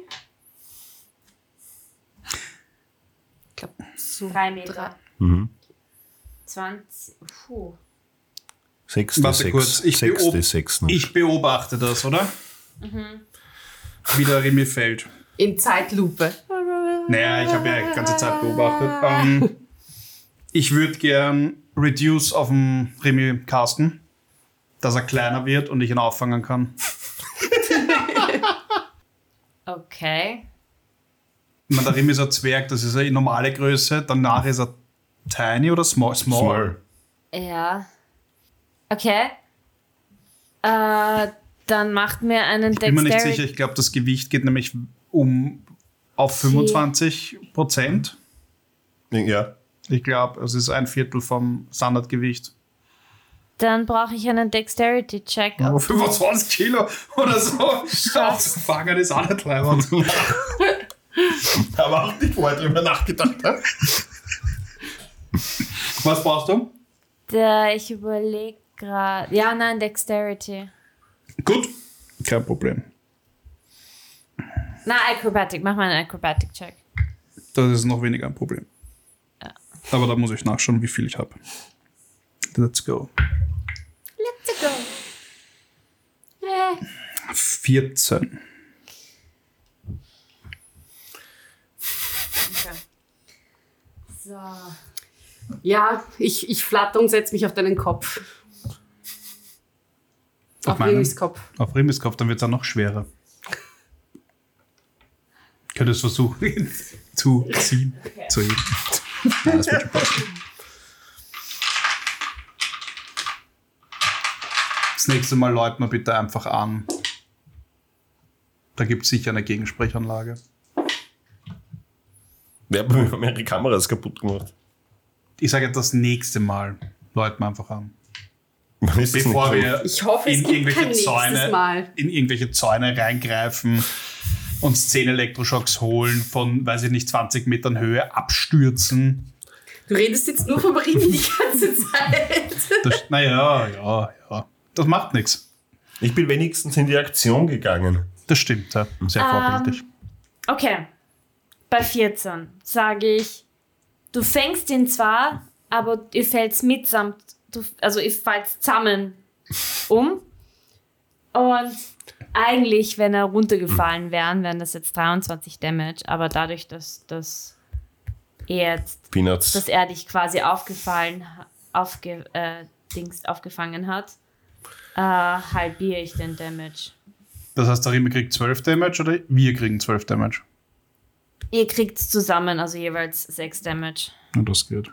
Speaker 3: Ich glaube, so.
Speaker 1: 3 Meter.
Speaker 7: Mhm.
Speaker 1: 20. Puh.
Speaker 7: Sechste,
Speaker 2: Warte
Speaker 7: sechs,
Speaker 2: kurz, ich
Speaker 7: sechste,
Speaker 2: beob-
Speaker 7: sechsten.
Speaker 4: ne?
Speaker 2: Ich beobachte das, oder? Wie der Remy fällt.
Speaker 3: In Zeitlupe.
Speaker 2: Naja, ich habe ja die ganze Zeit beobachtet. Ähm, ich würde gern Reduce auf dem Remy casten, dass er kleiner wird und ich ihn auffangen kann.
Speaker 1: Okay.
Speaker 2: Ich meine, der Remy ist ein Zwerg, das ist eine normale Größe. Danach ist er tiny oder small? Small.
Speaker 4: Small.
Speaker 1: Ja. Okay. Äh, dann macht mir einen
Speaker 2: Bin mir nicht
Speaker 1: Dexterity.
Speaker 2: sicher. Ich glaube, das Gewicht geht nämlich um auf 25 Prozent.
Speaker 4: Ja.
Speaker 2: Ich glaube, es ist ein Viertel vom Standardgewicht.
Speaker 1: Dann brauche ich einen Dexterity-Check.
Speaker 2: Aber
Speaker 1: ob-
Speaker 2: 25 Kilo oder so. Aufzufangen ist auch nicht leibend.
Speaker 4: Aber auch nicht vorher drüber nachgedacht. hä?
Speaker 2: Was brauchst du?
Speaker 1: Der- Äh, Ich überlege gerade. Ja, nein, Dexterity.
Speaker 2: Gut. Kein Problem.
Speaker 1: Na, Acrobatic. Mach mal einen Acrobatic-Check.
Speaker 2: Das ist noch weniger ein Problem. Aber da muss ich nachschauen, wie viel ich habe. Let's go.
Speaker 1: Let's go. Äh.
Speaker 2: 14.
Speaker 1: So.
Speaker 3: Ja, ich, ich flatter und setze mich auf deinen Kopf. Auf
Speaker 2: meinen?
Speaker 3: Remis Kopf.
Speaker 2: Auf Remis Kopf, dann wird es dann noch schwerer. Könntest versuchen, ihn zu ziehen, zu heben. Nein, das wird schon passen. Das nächste Mal läut man bitte einfach an. Da gibt es sicher eine Gegensprechanlage.
Speaker 4: Wer hat bei mir mehrere Kameras kaputt gemacht?
Speaker 2: Ich sage jetzt das nächste Mal läut man einfach an.
Speaker 4: Man ist das
Speaker 2: Bevor
Speaker 4: nicht so-
Speaker 2: wir
Speaker 3: Ich hoffe, es
Speaker 2: in
Speaker 3: gibt kein
Speaker 2: irgendwelche
Speaker 3: nächstes
Speaker 2: Zäune,
Speaker 3: Mal.
Speaker 2: in irgendwelche Zäune reingreifen, uns 10 Elektroschocks holen, von, weiß ich nicht, 20 Metern Höhe abstürzen.
Speaker 3: Du redest jetzt nur vom Remi die ganze Zeit.
Speaker 2: Das, naja, ja, ja. Das macht nichts.
Speaker 4: Ich bin wenigstens in die Aktion gegangen.
Speaker 2: Das stimmt, ja. Sehr
Speaker 3: Ähm.
Speaker 2: vorbildlich.
Speaker 1: Okay. Bei 14 sage ich, du fängst ihn zwar, aber ihr fällt mitsamt, du, also ihr fallt zusammen um. Und eigentlich, wenn er runtergefallen wären, wären das jetzt 23 Damage, aber dadurch, dass, dass er jetzt
Speaker 4: Peanuts.
Speaker 1: dass er dich quasi aufgefallen, ha- aufge, äh, Dings aufgefangen hat, äh, halbiere ich den Damage.
Speaker 2: Das heißt, der Rime kriegt 12 Damage oder wir kriegen 12 Damage.
Speaker 1: Ihr kriegt zusammen, also jeweils 6 Damage.
Speaker 2: Und das geht.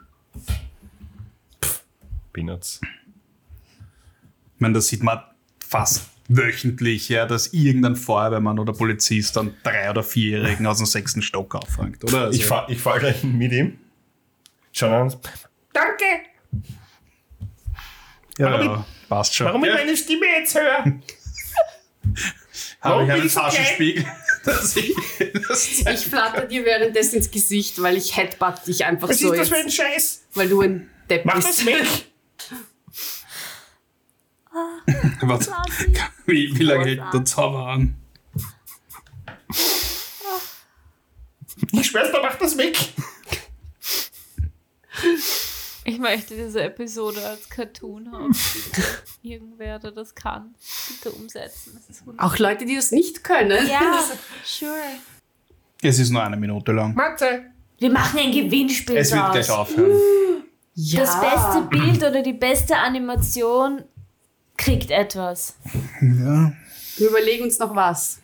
Speaker 4: Peanuts.
Speaker 2: Ich meine, das sieht man fast wöchentlich, ja, dass irgendein Feuerwehrmann oder Polizist dann drei- oder vierjährigen aus dem sechsten Stock auffangt, oder? Also-
Speaker 4: Ich fahre ich fahr gleich mit ihm. Schau an.
Speaker 3: Danke.
Speaker 2: ja, ja, passt schon.
Speaker 4: Warum
Speaker 2: ja.
Speaker 4: ist meine Stimme jetzt höher?
Speaker 2: Habe ich
Speaker 4: Warum bin
Speaker 2: einen
Speaker 4: ich so klein?
Speaker 2: Taschenspiegel? Dass ich, das
Speaker 3: Ich flatter dir währenddessen ins Gesicht, weil ich headbutt dich einfach
Speaker 4: Was
Speaker 3: so
Speaker 4: ist das
Speaker 3: jetzt,
Speaker 4: für ein Scheiß?
Speaker 3: weil du ein Depp
Speaker 4: Mach
Speaker 3: bist.
Speaker 4: das weg!
Speaker 2: Warte, wie, wie lange hält der Zauber an?
Speaker 4: Ich schwör's dir, mach das weg!
Speaker 8: Ich möchte diese Episode als Cartoon haben. Bitte. Irgendwer, der das kann, bitte umsetzen. Das ist wunderbar.
Speaker 3: Auch Leute, die das nicht können.
Speaker 1: Ja, sure.
Speaker 2: Es ist nur eine Minute lang.
Speaker 4: Mathe!
Speaker 1: Wir machen ein Gewinnspiel
Speaker 2: Es wird
Speaker 1: draus.
Speaker 2: gleich aufhören.
Speaker 3: Ja.
Speaker 1: Das beste Bild oder die beste Animation kriegt etwas.
Speaker 2: Ja.
Speaker 3: Wir überlegen uns noch was.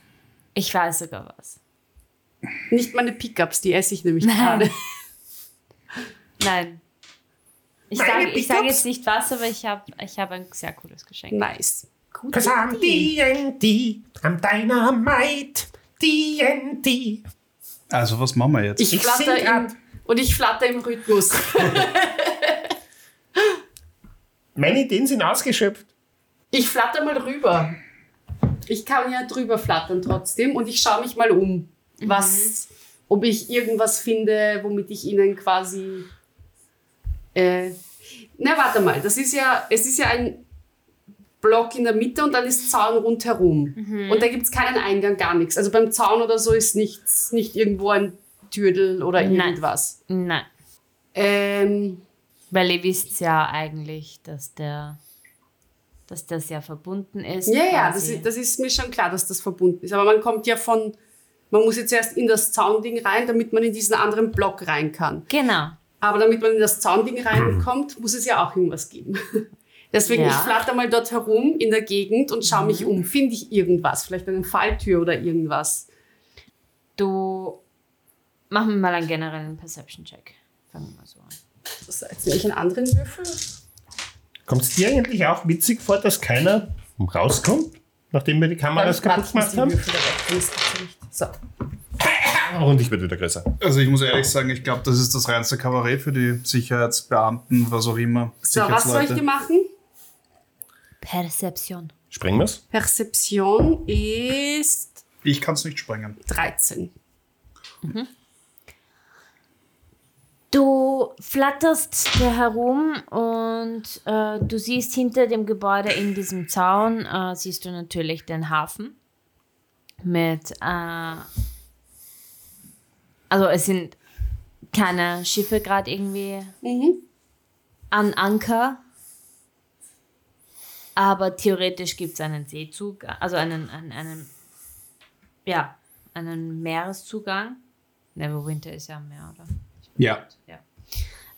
Speaker 1: Ich weiß sogar was.
Speaker 3: Nicht meine Pickups, die esse ich nämlich gerade.
Speaker 1: Nein. Ich sage ich sag jetzt nicht was, aber ich habe ich hab ein sehr cooles Geschenk.
Speaker 3: Nice. Gut.
Speaker 4: Was haben die und die? Am Dynamite! Die und die!
Speaker 2: Also, was machen wir jetzt?
Speaker 3: Ich
Speaker 4: Ich
Speaker 3: flatter
Speaker 4: sing ab.
Speaker 3: im, und ich flatter im Rhythmus.
Speaker 4: Meine Ideen sind ausgeschöpft.
Speaker 3: Ich flatter mal rüber. Ich kann ja drüber flattern trotzdem und ich schaue mich mal um, was, ob ich irgendwas finde, womit ich ihnen quasi. Äh, na, warte mal, das ist ja, es ist ja ein Block in der Mitte und dann ist Zaun rundherum. Und da gibt es keinen Eingang, gar nichts. Also beim Zaun oder so ist nichts, nicht irgendwo ein Türdel oder
Speaker 1: Nein.
Speaker 3: irgendwas.
Speaker 1: Nein.
Speaker 3: Ähm,
Speaker 1: Weil ihr wisst ja eigentlich, dass der, dass das ja verbunden ist.
Speaker 3: ja, ja, das
Speaker 1: quasi.
Speaker 3: ist, das ist mir schon klar, dass das verbunden ist. Aber man kommt ja von, man muss jetzt erst in das Zaunding rein, damit man in diesen anderen Block rein kann.
Speaker 1: Genau.
Speaker 3: Aber damit man in das Zaunding reinkommt, muss es ja auch irgendwas geben. Deswegen,
Speaker 1: Ja.
Speaker 3: ich flatter mal dort herum in der Gegend und schaue mich um. Finde ich irgendwas? Vielleicht eine Falltür oder irgendwas.
Speaker 1: Du. Machen wir mal einen generellen Perception-Check. Fangen wir mal so an.
Speaker 3: Das ist jetzt nämlich einen anderen Würfel.
Speaker 4: Kommt es dir eigentlich auch witzig vor, dass keiner rauskommt, nachdem wir die Kameras
Speaker 3: Dann
Speaker 4: kaputt
Speaker 3: warte ich, bis
Speaker 4: gemacht
Speaker 3: die
Speaker 4: haben?
Speaker 3: Würfel da weg sind. Das gibt's ja nicht. So.
Speaker 4: Und ich werde wieder größer.
Speaker 2: Also ich muss ehrlich sagen, ich glaube, das ist das reinste Kabarett für die Sicherheitsbeamten, was auch immer.
Speaker 3: so, was soll ich dir machen?
Speaker 5: Perception.
Speaker 4: Sprengen wir's?
Speaker 3: Perzeption ist
Speaker 2: Ich kann es nicht sprengen.
Speaker 3: 13.
Speaker 1: Du flatterst da herum und äh, du siehst hinter dem Gebäude in diesem Zaun, äh, siehst du natürlich den Hafen mit, äh, also es sind keine Schiffe gerade irgendwie
Speaker 3: Mhm.
Speaker 1: an Anker, aber theoretisch gibt es einen Seezug, also einen, einen, einen, ja, einen Meereszugang. Neverwinter ist ja am Meer, oder?
Speaker 2: Ja.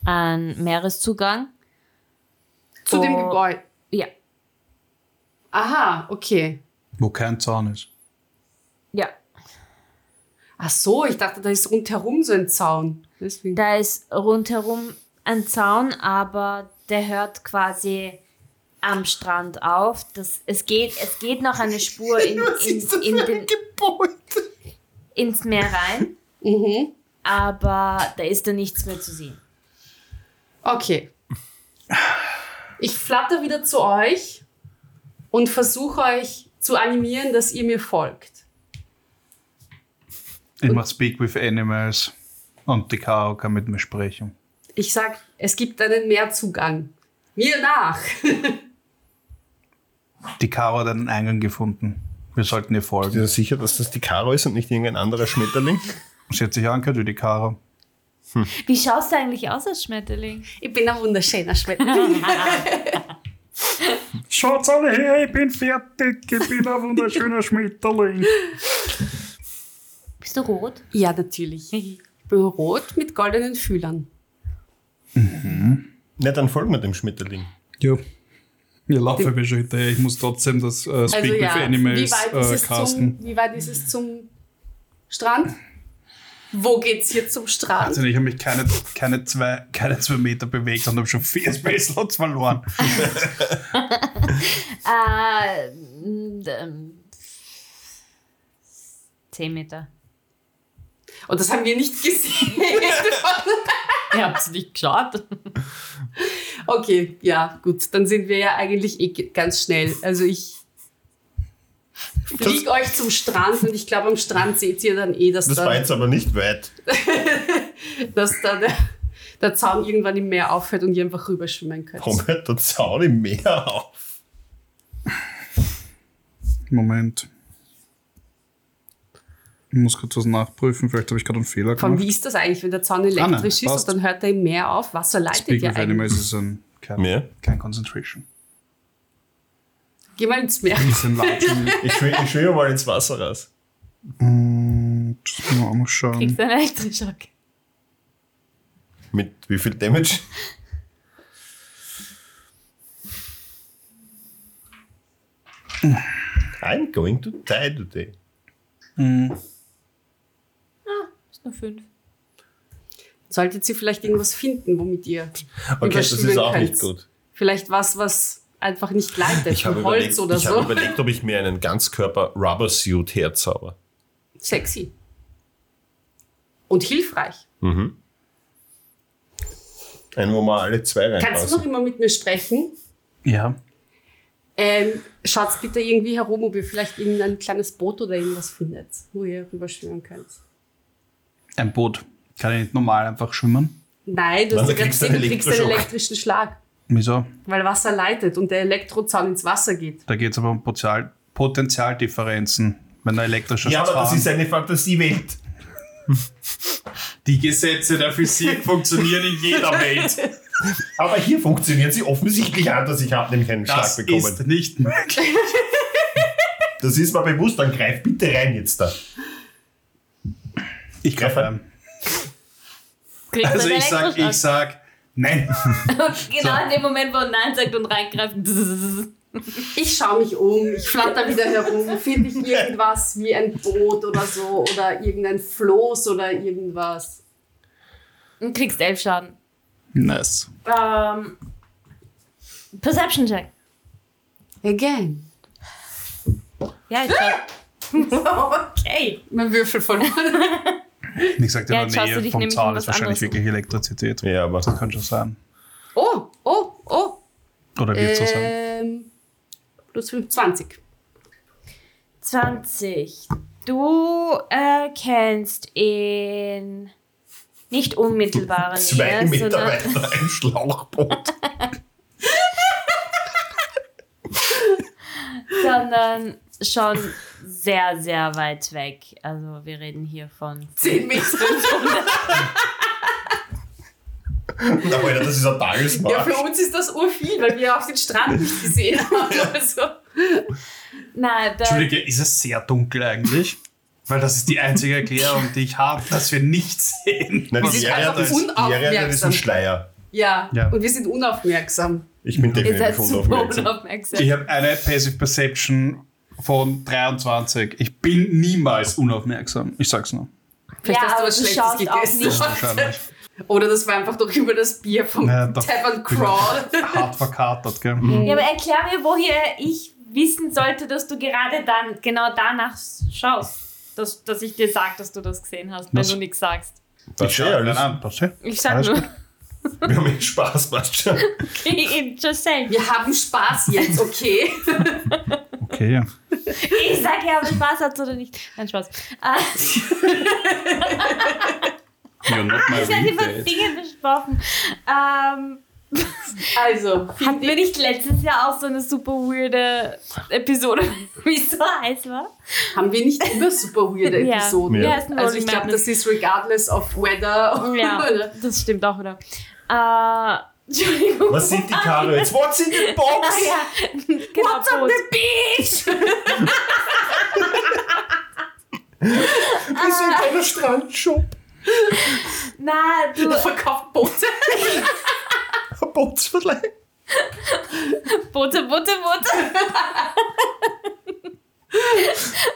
Speaker 1: einen Meereszugang.
Speaker 3: Zu dem
Speaker 1: Oh.
Speaker 3: Gebäude.
Speaker 1: Ja.
Speaker 3: Aha, okay.
Speaker 2: Wo kein Zaun ist.
Speaker 1: Ja.
Speaker 3: Ach so, ich dachte, da ist rundherum so ein Zaun. Deswegen.
Speaker 1: Da ist rundherum ein Zaun, aber der hört quasi am Strand auf. Das, es, geht, es geht noch eine Spur in, in, in den, ins Meer rein,
Speaker 3: Mhm.
Speaker 1: aber da ist da nichts mehr zu sehen.
Speaker 3: Okay. Ich flatter wieder zu euch und versuche euch zu animieren, dass ihr mir folgt.
Speaker 2: Ich mach Speak with Animals und die Caro kann mit mir sprechen.
Speaker 3: Ich sag, es gibt einen Mehrzugang. Mir nach.
Speaker 2: Die Caro hat einen Eingang gefunden. Wir sollten ihr
Speaker 4: Bist du dir
Speaker 2: folgen.
Speaker 4: sicher, dass das die Karo ist und nicht irgendein anderer Schmetterling?
Speaker 2: Sie hat sich angehört wie die Caro.
Speaker 8: Wie schaust du eigentlich aus als Schmetterling?
Speaker 3: Ich bin ein wunderschöner Schmetterling.
Speaker 2: Schaut's alle her, ich bin fertig. Ich bin ein wunderschöner Schmetterling.
Speaker 1: Bist du rot?
Speaker 3: ja, natürlich. Ich bin rot mit goldenen Fühlern.
Speaker 4: Na, dann folgen wir dem Schmetterling.
Speaker 2: Ja. Ja, laufe mir schon hinterher. Ich muss trotzdem das äh, Speak
Speaker 3: Also
Speaker 2: with
Speaker 3: ja, wie
Speaker 2: Animals
Speaker 3: weit, ist
Speaker 2: äh,
Speaker 3: es
Speaker 2: casten.
Speaker 3: zum, wie weit ist es zum Strand? Wo geht's hier zum
Speaker 2: Also
Speaker 3: Strand?
Speaker 2: ich habe mich keine, keine, zwei, keine zwei Meter bewegt und habe schon vier Space Slots verloren.
Speaker 1: Äh, m, ähm, 10 Meter.
Speaker 3: Und das haben wir nicht gesehen.
Speaker 1: Ihr habt es nicht geschaut.
Speaker 3: Okay, ja, gut. Dann sind wir ja eigentlich eh ge- ganz schnell. Also ich flieg euch zum Strand und ich glaube, am Strand seht ihr dann eh, dass,
Speaker 4: Das war
Speaker 3: da,
Speaker 4: jetzt aber nicht weit.
Speaker 3: dass da der, der Zaun irgendwann im Meer aufhört und ihr einfach rüberschwimmen könnt.
Speaker 4: Warum hört der Zaun im Meer auf?
Speaker 2: Moment. Ich muss kurz was nachprüfen. Vielleicht habe ich gerade einen Fehler
Speaker 3: Vor allem, wie
Speaker 2: gemacht.
Speaker 3: ist das eigentlich, wenn der Zaun elektrisch ist
Speaker 2: passt.
Speaker 3: und dann hört er im Meer auf? Wasser leitet
Speaker 2: Speak
Speaker 3: ja
Speaker 2: with
Speaker 3: eigentlich.
Speaker 2: Animals ist ein, kein,
Speaker 4: Ja.
Speaker 2: kein Concentration.
Speaker 3: Geh mal ins Meer.
Speaker 2: Ist ein Latin.
Speaker 4: Ich schwimme ich schwimme mal ins Wasser raus.
Speaker 2: Und mal mal
Speaker 8: Kriegst
Speaker 2: schauen.
Speaker 8: du einen Elektroschock?
Speaker 4: Mit wie viel Damage? I'm going to die today.
Speaker 8: Ist nur fünf.
Speaker 3: Solltet ihr vielleicht irgendwas finden, womit ihr
Speaker 4: Okay, das ist
Speaker 3: überschwimmen
Speaker 4: auch nicht
Speaker 3: könnt.
Speaker 4: gut.
Speaker 3: Vielleicht was, was einfach nicht leitet,
Speaker 4: Ich habe
Speaker 3: ein Holz
Speaker 4: überlegt,
Speaker 3: oder
Speaker 4: ich
Speaker 3: so.
Speaker 4: habe überlegt, ob ich mir einen Ganzkörper-Rubber-Suit herzauber.
Speaker 3: Sexy. Und hilfreich.
Speaker 4: Mhm. Einen, wo wir alle zwei
Speaker 3: Kannst du noch
Speaker 4: reinpassen.
Speaker 3: immer mit mir sprechen?
Speaker 2: Ja.
Speaker 3: Ähm, schaut bitte irgendwie herum, ob ihr vielleicht irgendein kleines Boot oder irgendwas findet, wo ihr rüberschwimmen könnt.
Speaker 2: Ein Boot. Kann ich nicht normal einfach schwimmen?
Speaker 3: Nein, du hast ja gerade
Speaker 4: Dann kriegst du
Speaker 3: gesehen, du
Speaker 4: einen
Speaker 3: kriegst einen
Speaker 4: Elektroschock.
Speaker 3: elektrischen Schlag.
Speaker 2: Wieso?
Speaker 3: Weil Wasser leitet und der Elektrozaun ins Wasser geht.
Speaker 2: Da geht es aber um Potenzial Potenzialdifferenzen. Wenn der elektrische
Speaker 4: Ja, aber das
Speaker 2: Zaun-
Speaker 4: ist eine Fantasiewelt.
Speaker 2: Die Gesetze der Physik funktionieren in jeder Welt.
Speaker 4: Aber hier funktioniert sie offensichtlich anders. Ich habe nämlich einen
Speaker 2: Das
Speaker 4: Schlag bekommen.
Speaker 2: ist nicht möglich.
Speaker 4: das ist mir bewusst. Dann greif bitte rein jetzt da.
Speaker 2: Ich greif rein.
Speaker 1: Kriegt
Speaker 2: Also
Speaker 1: man
Speaker 2: ich sag, ich
Speaker 1: Elektroschlag.
Speaker 2: sag, nein.
Speaker 1: Und genau in dem Moment, wo er Nein sagt und reingreift.
Speaker 3: Ich schaue mich um, ich flatter wieder herum, finde ich irgendwas wie ein Boot oder so oder irgendein Floß oder irgendwas.
Speaker 1: Und kriegst elf Schaden.
Speaker 2: Nice.
Speaker 1: Ähm, Perception Check.
Speaker 3: Again.
Speaker 1: Ja, ich sag,
Speaker 3: okay. Mein Würfel verloren.
Speaker 2: Ich sag dir,
Speaker 1: Ja,
Speaker 2: in
Speaker 1: jetzt
Speaker 2: der
Speaker 1: schaust du
Speaker 2: Nähe
Speaker 1: dich
Speaker 2: vom
Speaker 1: nämlich
Speaker 2: Zaun
Speaker 1: um
Speaker 2: ist
Speaker 1: was
Speaker 2: wahrscheinlich
Speaker 1: anderes
Speaker 2: wirklich Elektrizität.
Speaker 4: Ja, aber.
Speaker 2: Das kann schon sein.
Speaker 3: Oh, oh, oh.
Speaker 2: Oder wird
Speaker 1: Äh,
Speaker 2: so sein.
Speaker 3: Ähm, plus 25.
Speaker 1: 20. Du äh, erkennst in nicht unmittelbarer
Speaker 4: Zwei
Speaker 1: Nähe,
Speaker 4: Meter
Speaker 1: sondern
Speaker 4: weiter ein Schlauchboot.
Speaker 1: sondern schon sehr, sehr weit weg. Also wir reden hier von
Speaker 3: 10 Meter.
Speaker 4: Na, Alter, das ist ein
Speaker 3: Ja,
Speaker 4: Tagesmarsch.
Speaker 3: für uns ist das urviel, weil wir auf den Strand nicht gesehen haben. Also.
Speaker 1: Nein, da,
Speaker 2: Entschuldige, ist es sehr dunkel eigentlich? Weil das ist die einzige Erklärung, die ich habe, dass wir nichts sehen.
Speaker 4: Nein,
Speaker 2: was
Speaker 4: die
Speaker 3: ist
Speaker 4: Jere hat
Speaker 3: einfach
Speaker 4: das- die Jere hat
Speaker 3: unaufmerksam.
Speaker 4: diesen Schleier.
Speaker 3: Ja.
Speaker 2: Ja.
Speaker 3: und wir sind unaufmerksam.
Speaker 4: Ich
Speaker 3: Ihr
Speaker 4: bin
Speaker 3: seid
Speaker 4: definitiv
Speaker 3: super
Speaker 4: unaufmerksam.
Speaker 3: unaufmerksam.
Speaker 2: Ich habe eine Passive Perception von 23. Ich bin niemals unaufmerksam. Ich sag's nur.
Speaker 3: Vielleicht
Speaker 1: Ja,
Speaker 3: hast du
Speaker 1: aber
Speaker 3: was
Speaker 1: du
Speaker 3: Schlechtes
Speaker 1: schaust auch
Speaker 3: gegessen.
Speaker 1: nicht.
Speaker 2: Wahrscheinlich.
Speaker 3: Oder das war einfach doch über das Bier vom
Speaker 2: Naja, doch.
Speaker 3: Tavern Crawl.
Speaker 2: Hart verkatert, gell?
Speaker 1: ja, aber erklär mir, woher ich wissen sollte, dass du gerade dann genau danach schaust. Dass, dass ich dir sag, dass du das gesehen hast, wenn
Speaker 2: Was?
Speaker 1: du nichts sagst.
Speaker 4: Das ist ja alles.
Speaker 2: an. Das ist
Speaker 1: Ich sag
Speaker 2: Alles
Speaker 1: nur,
Speaker 4: Wir haben echt Spaß, passt schon.
Speaker 1: okay, just saying.
Speaker 3: Wir haben Spaß jetzt, okay?
Speaker 2: okay. ja.
Speaker 1: Ich sag ja, ob es Spaß hat oder nicht. Nein, Spaß. Ah,
Speaker 2: You're not my
Speaker 1: ich werde
Speaker 2: real
Speaker 1: über
Speaker 2: dad.
Speaker 1: Dinge besprochen. Ähm,
Speaker 3: Also,
Speaker 1: hatten wir nicht letztes Jahr auch so eine super weirde Episode, wie es so heiß war?
Speaker 3: haben wir nicht immer super weirde
Speaker 1: Ja.
Speaker 3: Episoden?
Speaker 1: Ja, ist ein
Speaker 3: Also
Speaker 1: Rolling
Speaker 3: ich glaube,
Speaker 1: Madness.
Speaker 3: das ist regardless of weather.
Speaker 1: Ja, das stimmt auch wieder. Äh, Entschuldigung.
Speaker 4: Was sind die Carrots? What's in the
Speaker 1: Ah,
Speaker 4: box?
Speaker 1: ja. genau,
Speaker 3: What's on
Speaker 1: Brot.
Speaker 3: the beach?
Speaker 4: Wir sind in einem Strandshop.
Speaker 1: Na, du,
Speaker 3: Der verkauft Boote.
Speaker 4: Ein Bootsverleih.
Speaker 1: Butter, Butter, Butter.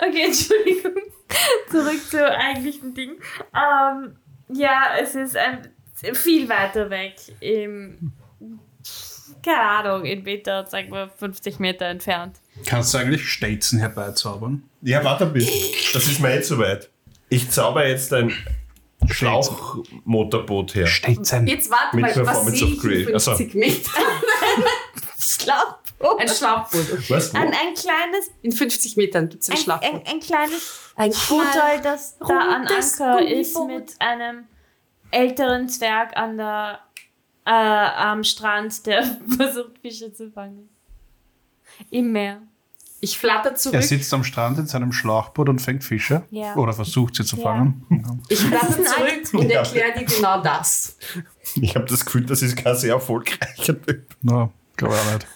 Speaker 1: okay, Entschuldigung. Zurück zum eigentlichen Ding. Ähm, ja, es ist ein, viel weiter weg. Im, keine Ahnung, in Meter, sagen wir 50 Meter entfernt.
Speaker 2: Kannst du eigentlich Stelzen herbeizaubern?
Speaker 4: Ja, warte ein bisschen. Das ist mir jetzt soweit. Ich zauber jetzt ein Schlauchmotorboot her.
Speaker 2: Stelzen.
Speaker 3: Jetzt warte
Speaker 4: Mit
Speaker 3: mal, was
Speaker 4: Performance
Speaker 3: sehe
Speaker 4: of
Speaker 3: ich in
Speaker 4: Create.
Speaker 3: 50
Speaker 4: Achso.
Speaker 3: Metern?
Speaker 1: Schlauchboot.
Speaker 3: Ein Schlauchboot. okay.
Speaker 4: Was? Wo?
Speaker 1: Ein, ein kleines,
Speaker 3: In 50 Metern gibt es ein
Speaker 1: ein, ein,
Speaker 3: Schlauchboot.
Speaker 1: ein kleines
Speaker 3: Ein
Speaker 1: Bootel, das da an
Speaker 3: rundes
Speaker 1: Anker ist
Speaker 3: Gummiboot.
Speaker 1: mit einem älteren Zwerg an der, äh, am Strand, der versucht Fische zu fangen. Im Meer.
Speaker 3: Ich flatter
Speaker 2: Er
Speaker 3: zurück.
Speaker 2: sitzt am Strand in seinem Schlauchboot und fängt Fische.
Speaker 1: Ja.
Speaker 2: Oder versucht sie zu
Speaker 1: Ja.
Speaker 2: fangen.
Speaker 3: Ich flatter zurück und
Speaker 4: Ja.
Speaker 3: erkläre dir genau das.
Speaker 4: Ich habe das Gefühl, das ist kein sehr erfolgreicher Typ.
Speaker 2: Na, glaube ich auch nicht.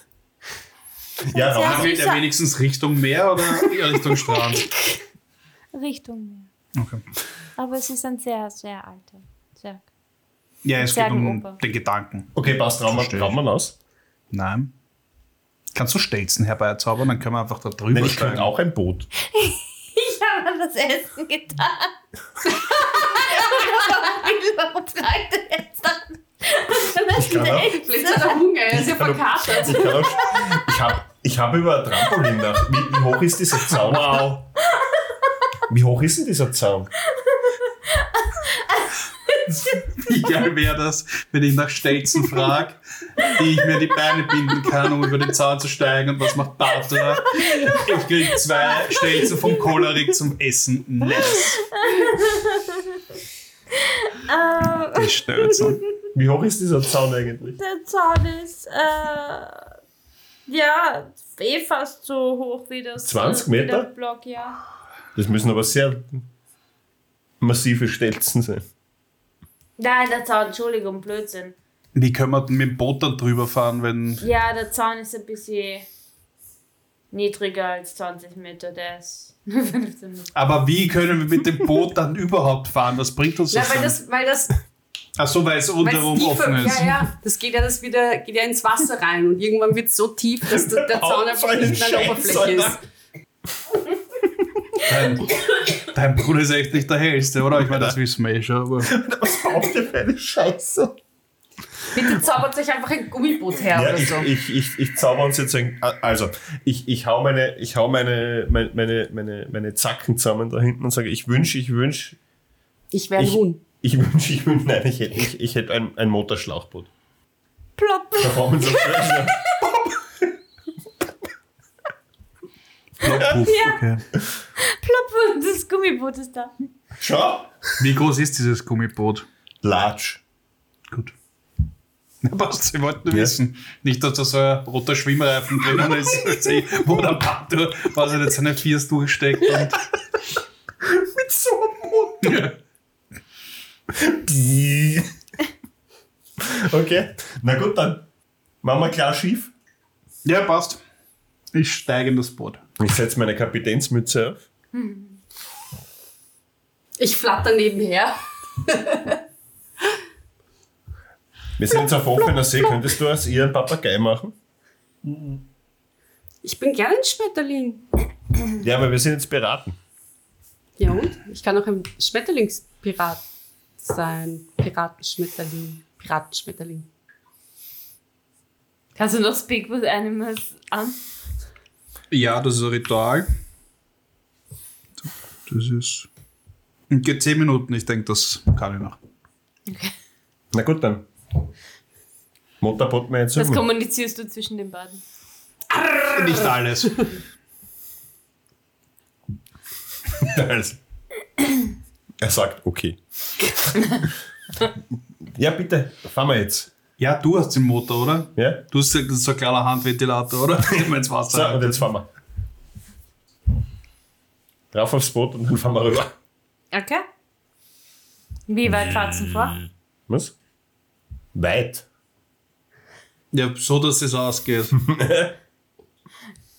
Speaker 4: Ja, Raum.
Speaker 1: Also
Speaker 2: Angelt er wenigstens Richtung Meer oder eher Richtung Strand?
Speaker 1: Richtung Meer.
Speaker 2: Okay.
Speaker 1: Aber es ist ein sehr, sehr alter Zwerg.
Speaker 2: Ja, es geht
Speaker 1: Sagen
Speaker 2: um
Speaker 1: Opa.
Speaker 2: den Gedanken.
Speaker 4: Okay, passt, trauen wir
Speaker 2: Verstehe.
Speaker 4: trauen wir ihn aus.
Speaker 2: Nein. Kannst du Stelzen herbeizaubern, dann können wir einfach da drüber
Speaker 4: Nein, ich
Speaker 2: steigen.
Speaker 4: könnte auch ein Boot.
Speaker 1: Ich habe an das Essen getan. Übertragt jetzt dann.
Speaker 4: Ich kann auch, ich
Speaker 3: Vielleicht hat er Hunger, er ist ja
Speaker 4: kann auch,
Speaker 3: verkatert.
Speaker 4: ich kann auch, ich habe ich hab über ein Trampolin nach. Wie, wie hoch ist dieser Zaun? Wow. Wie hoch ist denn dieser Zaun?
Speaker 2: Wie geil wäre das, wenn ich nach Stelzen frage, die ich mir die Beine binden kann, um über den Zaun zu steigen und was macht Barbara? Ich krieg zwei Stelzen vom Cholerik zum Essen.
Speaker 3: Ah.
Speaker 2: Nice. Die Stelzen.
Speaker 4: Wie hoch ist dieser Zaun eigentlich?
Speaker 8: Der Zaun ist, äh, ja, eh fast so hoch wie das. äh,
Speaker 4: 20
Speaker 8: wie der
Speaker 4: Meter?
Speaker 8: Block, ja.
Speaker 4: Das müssen aber sehr massive Stelzen sein.
Speaker 8: Nein, der Zaun, Entschuldigung, Blödsinn.
Speaker 2: Wie können wir denn mit dem Boot dann drüber fahren, wenn.
Speaker 8: Ja, der Zaun ist ein bisschen niedriger als 20 Meter, der ist nur 15 Meter.
Speaker 2: Aber wie können wir mit dem Boot dann überhaupt fahren? Was bringt uns
Speaker 3: Ja,
Speaker 2: das
Speaker 3: weil
Speaker 2: denn?
Speaker 3: das, weil das,
Speaker 2: Ach so, weil es
Speaker 3: weil
Speaker 2: rundherum
Speaker 3: tiefer-
Speaker 2: offen ist.
Speaker 3: Ja, ja, das geht ja, das wieder, geht ja ins Wasser rein und irgendwann wird es so tief, dass der, der
Speaker 4: Oh,
Speaker 3: Zaun einfach nicht mehr an der Oberfläche ist.
Speaker 2: Dein, dein Bruder ist echt nicht der hellste, oder? Ich meine, das wissen wir eh schon. Aber
Speaker 4: Auf der Fälle Scheiße.
Speaker 3: Bitte zaubert euch einfach ein Gummiboot her
Speaker 4: Ja,
Speaker 3: oder
Speaker 4: ich,
Speaker 3: so.
Speaker 4: ich, ich, ich zauber uns jetzt ein. Also, ich, ich hau, meine, ich hau meine, meine, meine, meine, meine Zacken zusammen da hinten und sage, ich wünsche, ich wünsche,
Speaker 3: Ich wäre ein
Speaker 4: ich-
Speaker 3: Huhn.
Speaker 4: ich wünsche, ich wünsche, nein, ich hätte, ich, ich hätte ein, ein Motorschlauchboot.
Speaker 8: Plopp.
Speaker 4: Performance of Treasure.
Speaker 2: Puff, okay.
Speaker 8: Plopp, das Gummiboot ist da.
Speaker 4: Schau.
Speaker 2: Wie groß ist dieses Gummiboot?
Speaker 4: Large.
Speaker 2: Gut. Was Sie wollten
Speaker 4: Ja.
Speaker 2: wissen. Nicht, dass da so ein roter Schwimmreifen drinnen ist, wo der Pato, was er jetzt seine Fiers durchsteckt. Und
Speaker 4: Mit so einem Motor. Okay. Na gut, dann machen wir klar schief.
Speaker 2: ja, passt. Ich steige in das Boot.
Speaker 4: Ich setze meine Kapitänsmütze auf.
Speaker 3: Ich flatter nebenher.
Speaker 4: Wir sind jetzt auf offener See. Könntest du aus ihr einen Papagei machen?
Speaker 3: Ich bin gerne ein Schmetterling.
Speaker 4: Ja, aber wir sind jetzt beraten.
Speaker 3: Ja und? Ich kann auch ein Schmetterlingspirat sein. Piratenschmetterling. Piratenschmetterling.
Speaker 1: Kannst du noch Speak with Animals an?
Speaker 2: Ja, das ist ein Ritual. Das ist. Und geht 10 Minuten, ich denke, das kann ich noch.
Speaker 4: Na gut, dann. Motorboot mir jetzt
Speaker 1: Das
Speaker 4: um.
Speaker 1: kommunizierst du zwischen den beiden.
Speaker 2: Nicht alles.
Speaker 4: Also. Er sagt, okay. ja, bitte, fahren wir jetzt.
Speaker 2: Ja, du hast den Motor, oder?
Speaker 4: Ja?
Speaker 2: Du hast gesagt, das ist so ein kleiner Handventilator, oder? Immer ins Wasser.
Speaker 4: So, und jetzt fahren wir. Rauf aufs Boot und dann fahren wir rüber.
Speaker 1: Okay. Wie weit fahrt's denn vor?
Speaker 4: Was? Weit.
Speaker 2: Ja, so dass es ausgeht.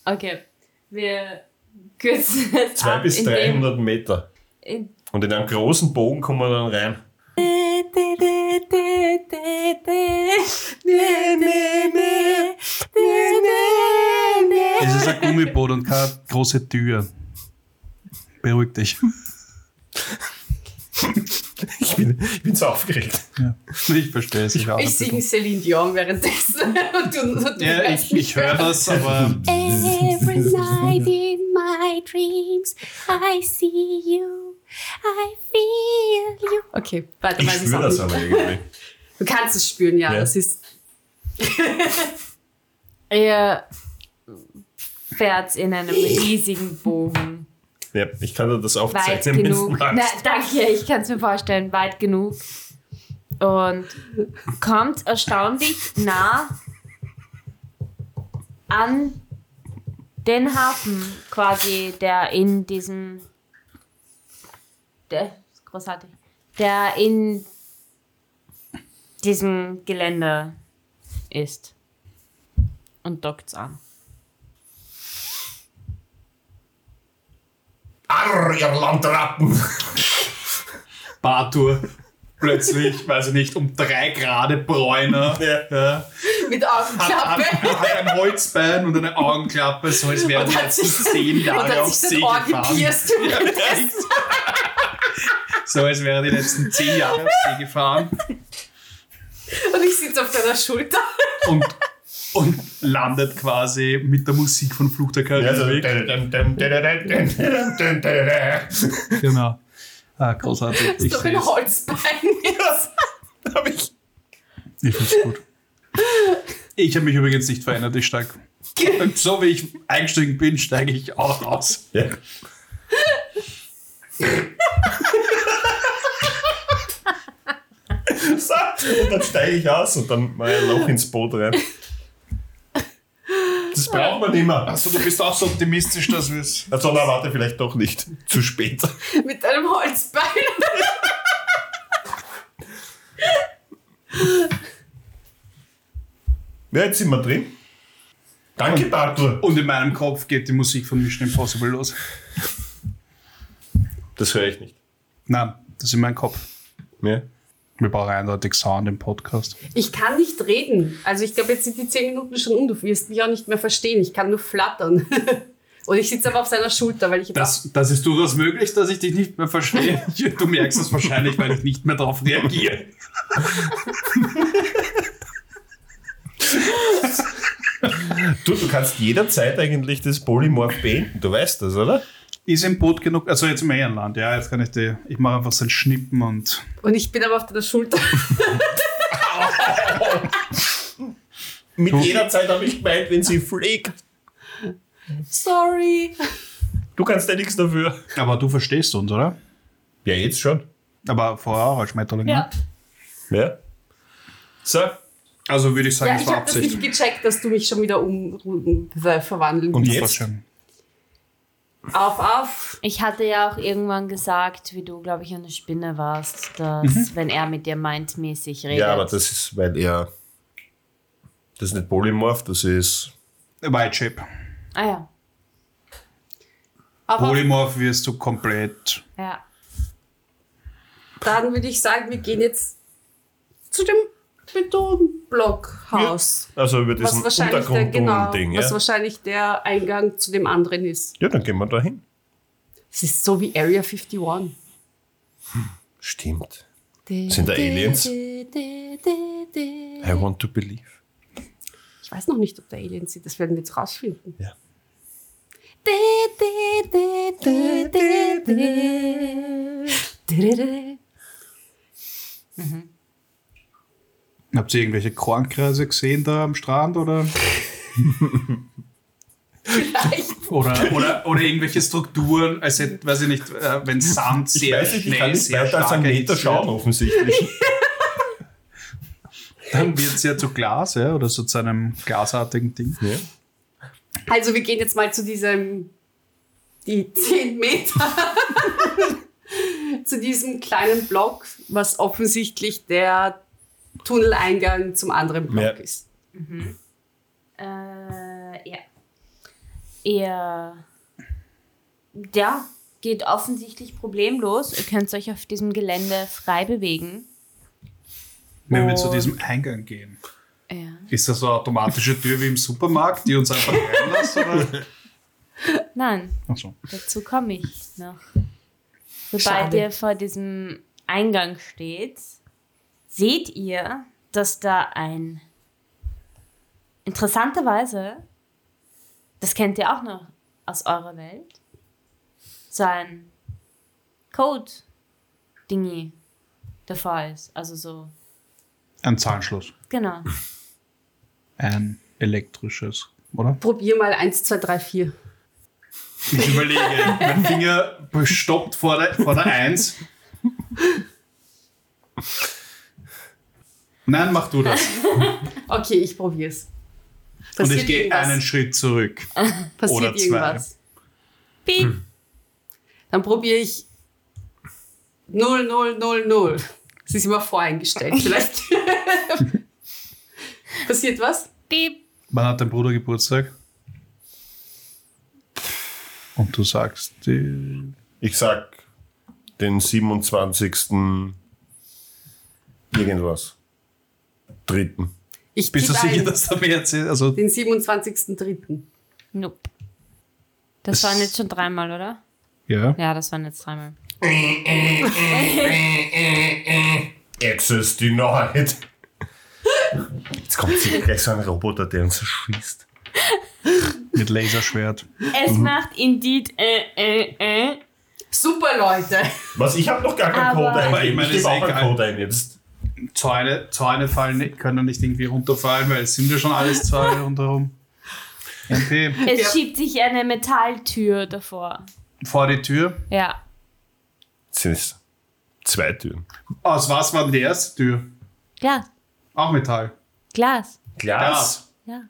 Speaker 1: Okay. Wir kürzen es
Speaker 4: Äh. Zwei
Speaker 1: ab,
Speaker 4: bis
Speaker 1: indem
Speaker 4: 300 Meter.
Speaker 1: In-
Speaker 4: Und in einem großen Bogen kommen wir dann rein.
Speaker 2: es ist ein Gummiboot und keine große Tür. Beruhig dich.
Speaker 4: Ich bin, ich bin so aufgeregt.
Speaker 2: Ich verstehe es. Ich, auch
Speaker 3: Ich
Speaker 2: ein
Speaker 3: singe Celine Dion währenddessen. Und du, und
Speaker 2: bisschen.
Speaker 3: du
Speaker 2: ja,
Speaker 3: hörst
Speaker 2: ich,
Speaker 3: mich.
Speaker 2: ich höre das, aber
Speaker 5: Every night in my dreams, I see you, I feel you.
Speaker 3: Okay, weiter
Speaker 4: Ich
Speaker 3: weiß ich's
Speaker 4: spüre
Speaker 3: auch
Speaker 4: das
Speaker 3: nicht.
Speaker 4: aber irgendwie.
Speaker 3: Du kannst es spüren, ja.
Speaker 4: Ja.
Speaker 3: Das ist
Speaker 1: Ihr fährt in einem riesigen Bogen.
Speaker 4: Ja, ich kann dir das
Speaker 1: Weit
Speaker 4: aufzeichnen, wenn du
Speaker 1: genug. Na,
Speaker 4: magst.
Speaker 1: danke, ich kann es mir vorstellen. Weit genug. Und kommt erstaunlich nah an den Hafen, quasi, der in diesem. Der, großartig. Der in diesem Gelände ist. Und dockt's an.
Speaker 4: Arr, ihr Landratten!
Speaker 2: Bartur plötzlich, weiß ich nicht, um drei Grad bräuner. Ja.
Speaker 3: mit
Speaker 2: Hat,
Speaker 3: Augenklappe.
Speaker 2: hat, hat ein Holzbein und eine Augenklappe, so als wären die letzten zehn
Speaker 3: und
Speaker 2: Jahre
Speaker 3: hat
Speaker 2: auf
Speaker 3: sich
Speaker 2: See
Speaker 3: den Ohr
Speaker 2: gefahren.
Speaker 3: gepierst.
Speaker 2: So als wären die letzten zehn Jahre auf See gefahren.
Speaker 3: Und ich sitze auf deiner Schulter.
Speaker 2: und, und landet quasi mit der Musik von Fluch also der
Speaker 4: Ja,
Speaker 2: Karibik.
Speaker 4: so- Da
Speaker 2: genau. Ah, großartig. Ich
Speaker 3: Doch ein Holzbein.
Speaker 4: hab ich-
Speaker 2: Ich find's gut. Ich habe mich übrigens nicht verändert, ich steig. Und so wie ich eingestiegen bin, steige ich auch aus.
Speaker 4: Ja. So, Und dann steige ich aus und dann mache ich ein Loch ins Boot rein. Das braucht man immer.
Speaker 2: Also du bist auch so optimistisch, dass wir es.
Speaker 4: Also na, warte, vielleicht doch nicht. Zu spät.
Speaker 3: Mit einem Holzbein.
Speaker 4: Ja, jetzt sind wir drin. Danke, Bartur.
Speaker 2: Und in meinem Kopf geht die Musik von Mission Impossible los.
Speaker 4: Das höre ich nicht.
Speaker 2: Nein, das ist in meinem Kopf.
Speaker 4: Ja.
Speaker 2: Wir brauchen eindeutig Sound im Podcast.
Speaker 3: Ich kann nicht reden. Also ich glaube, jetzt sind die zehn Minuten schon um. Du wirst mich auch nicht mehr verstehen. Ich kann nur flattern. Und ich sitze aber auf seiner Schulter, weil ich
Speaker 2: Das, das ist durchaus möglich, dass ich dich nicht mehr verstehe. Du merkst es wahrscheinlich, weil ich nicht mehr darauf reagiere.
Speaker 4: Du, du kannst jederzeit eigentlich das Polymorph beenden. Du weißt das, oder?
Speaker 2: Ist im Boot genug? Also jetzt im Ehrenland, ja, jetzt kann ich die. Ich mache einfach so ein Schnippen und.
Speaker 3: Und ich bin aber auf deiner Schulter.
Speaker 4: Mit
Speaker 2: Du-
Speaker 4: jederzeit habe ich gemeint, wenn sie fliegt.
Speaker 3: Sorry.
Speaker 4: Du kannst ja nichts dafür.
Speaker 2: Aber du verstehst uns, oder?
Speaker 4: Ja, jetzt schon.
Speaker 2: Aber vorher auch als Schmetterling.
Speaker 1: Ja.
Speaker 2: ne?
Speaker 4: Ja. So.
Speaker 2: Also würde ich sagen,
Speaker 3: Ja,
Speaker 2: es
Speaker 3: ich
Speaker 2: war
Speaker 3: habe das
Speaker 2: Absicht.
Speaker 3: nicht gecheckt, dass du mich schon wieder um äh, verwandeln
Speaker 4: Und
Speaker 3: willst.
Speaker 2: Das war
Speaker 4: jetzt?
Speaker 2: schön.
Speaker 3: Auf, auf.
Speaker 1: Ich hatte ja auch irgendwann gesagt, wie du, glaube ich, eine Spinne warst, dass, wenn er mit dir mindmäßig redet.
Speaker 4: Mhm. Ja, aber das ist, weil er. Das ist nicht Polymorph, das ist.
Speaker 2: White Shape.
Speaker 1: Ah ja,
Speaker 3: Auf, auf.
Speaker 2: Polymorph wirst du komplett.
Speaker 1: ja.
Speaker 3: Dann würde ich sagen, wir gehen jetzt zu dem Betonblockhaus.
Speaker 4: Also über
Speaker 3: Was
Speaker 4: diesen
Speaker 3: wahrscheinlich, der, genau,
Speaker 4: Untergrund-Ding.
Speaker 3: was
Speaker 4: Ja?
Speaker 3: wahrscheinlich der Eingang zu dem anderen ist.
Speaker 4: ja, dann gehen wir da hin.
Speaker 3: Es ist so wie Area 51.
Speaker 4: Stimmt. Sind da Aliens? I want to believe.
Speaker 3: Ich weiß noch nicht, ob da Aliens sind. Das werden wir jetzt rausfinden.
Speaker 4: Ja.
Speaker 2: Habt ihr irgendwelche Kornkreise gesehen da am Strand oder? oder, oder, oder irgendwelche Strukturen, also weiß ich nicht, äh, wenn Sand
Speaker 4: Ich
Speaker 2: sehr
Speaker 4: weiß nicht, ich
Speaker 2: schnell,
Speaker 4: kann nicht
Speaker 2: sehr
Speaker 4: weiter als
Speaker 2: stark
Speaker 4: einen Meter
Speaker 2: erhitzt
Speaker 4: schauen,
Speaker 2: wird,
Speaker 4: offensichtlich.
Speaker 2: dann wird es ja zu Glas, ja, oder so zu einem glasartigen Ding.
Speaker 4: ja.
Speaker 3: Also wir gehen jetzt mal zu diesem, die 10 Meter, zu diesem kleinen Block, was offensichtlich der Tunneleingang zum anderen Block
Speaker 4: Ja.
Speaker 3: ist.
Speaker 1: Äh, ja. Ihr. Ja, geht offensichtlich problemlos. Ihr könnt euch auf diesem Gelände frei bewegen.
Speaker 2: Wenn wir
Speaker 1: Oh.
Speaker 2: zu diesem Eingang gehen.
Speaker 1: Ja.
Speaker 2: Ist das so eine automatische Tür wie im Supermarkt, die uns einfach reinlässt? oder?
Speaker 1: Nein,
Speaker 2: Ach so.
Speaker 1: dazu komme ich noch. Sobald
Speaker 3: Schade.
Speaker 1: ihr vor diesem Eingang steht, seht ihr, dass da ein interessanterweise, das kennt ihr auch noch aus eurer Welt, so ein Code-Dingi davor ist. Also so,
Speaker 2: Ein Zahnschluss.
Speaker 1: genau.
Speaker 2: Ein elektrisches, oder?
Speaker 3: Probier mal 1, 2, 3, 4.
Speaker 2: Ich überlege, mein Finger stoppt vor der, vor der 1. Nein, mach du das.
Speaker 3: Okay, ich probiere es.
Speaker 2: Und ich gehe einen Schritt zurück.
Speaker 3: Passiert
Speaker 2: oder zwei.
Speaker 3: irgendwas.
Speaker 1: Piep.
Speaker 3: Dann probiere ich 0, 0, 0, 0. Es ist immer voreingestellt. Vielleicht passiert was?
Speaker 1: Piep.
Speaker 2: Wann hat dein Bruder Geburtstag? Und du sagst, die
Speaker 4: Ich sag den 27. irgendwas. Dritten.
Speaker 3: Ich
Speaker 2: bist du
Speaker 3: tippe
Speaker 2: sicher,
Speaker 3: ein.
Speaker 2: dass da mehr erzählt? Also,
Speaker 3: Den 27.03.
Speaker 1: Nope. Das waren jetzt schon dreimal, oder?
Speaker 2: ja.
Speaker 1: Ja, das waren jetzt dreimal.
Speaker 4: Access denied. Jetzt kommt sicher gleich so ein Roboter, der uns erschießt.
Speaker 2: Mit Laserschwert.
Speaker 1: Es macht indeed äh, äh, äh.
Speaker 3: Super, Leute.
Speaker 4: Was? Ich habe noch gar keinen
Speaker 1: Aber-
Speaker 4: Code
Speaker 2: Aber ich
Speaker 4: eingegeben.
Speaker 2: meine,
Speaker 4: Ich gebe
Speaker 2: ist
Speaker 4: auch einen
Speaker 2: egal.
Speaker 4: Code ein jetzt.
Speaker 2: Zäune, Zäune fallen, nicht- können nicht irgendwie runterfallen, weil es sind ja schon alles Zäune rundherum. MP,
Speaker 1: Es
Speaker 3: Ja.
Speaker 1: schiebt sich eine Metalltür davor.
Speaker 2: vor die Tür.
Speaker 1: Ja.
Speaker 4: Jetzt sind es zwei Türen.
Speaker 2: Aus was war denn die erste Tür?
Speaker 5: Glas.
Speaker 2: Auch Metall.
Speaker 5: Glas.
Speaker 4: Glas.
Speaker 5: Ja.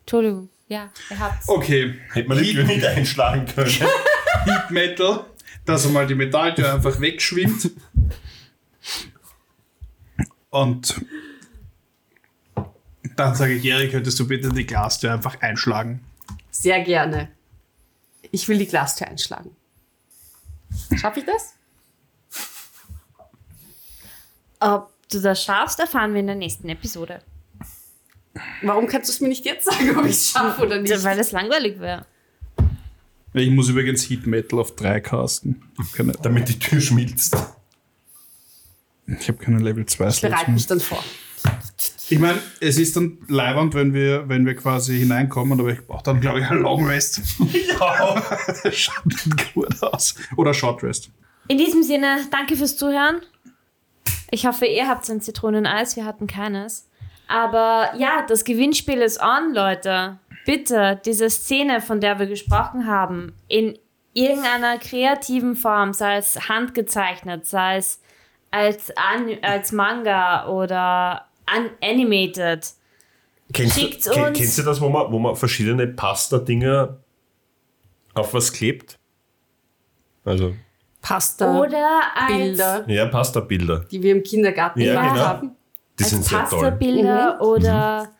Speaker 5: Entschuldigung. Ja, ihr habt's.
Speaker 2: Okay.
Speaker 4: Hätte man die Tür nicht einschlagen können.
Speaker 2: Heat Metal, dass einmal die Metalltür einfach wegschwimmt. Und dann sage ich, Erik, könntest du bitte die Glastür einfach einschlagen?
Speaker 3: Sehr gerne. Ich will die Glastür einschlagen. Schaffe ich das?
Speaker 1: Ob du das schaffst, erfahren wir in der nächsten Episode.
Speaker 3: Warum kannst du es mir nicht jetzt sagen, ob ich es schaffe oder nicht?
Speaker 1: Weil es langweilig wäre.
Speaker 2: Ich muss übrigens Heat Metal auf 3 casten. Ich habe keine,
Speaker 4: Damit die Tür schmilzt.
Speaker 2: ich hab keine Level 2
Speaker 3: ich bereite mich dann vor.
Speaker 2: Ich meine, es ist dann leibend, wenn wir, wenn wir quasi hineinkommen, aber ich brauche dann, glaube ich, einen Long Rest.
Speaker 4: Ja.
Speaker 2: Schaut nicht gut aus. Oder Short Rest.
Speaker 1: In diesem Sinne, danke fürs Zuhören. Ich hoffe, ihr habt ein Zitroneneis. Wir hatten keines. Aber ja, das Gewinnspiel ist on, Leute. Bitte diese Szene, von der wir gesprochen haben, in irgendeiner kreativen Form, sei es handgezeichnet, sei es als, An als Manga oder an animated.
Speaker 4: Kennst, du-
Speaker 1: Schickt's
Speaker 4: ken-
Speaker 1: uns.
Speaker 4: kennst du das, wo man, wo man verschiedene Pasta-Dinger auf was klebt? Also,
Speaker 3: Pasta,
Speaker 1: Oder als,
Speaker 3: Bilder,
Speaker 4: ja, Pasta-Bilder.
Speaker 3: die wir im Kindergarten
Speaker 4: Ja,
Speaker 3: gemacht
Speaker 4: genau.
Speaker 3: haben.
Speaker 4: Die
Speaker 1: als
Speaker 4: sind sehr Mhm. toll.
Speaker 3: Mhm.
Speaker 1: Pasta-Bilder oder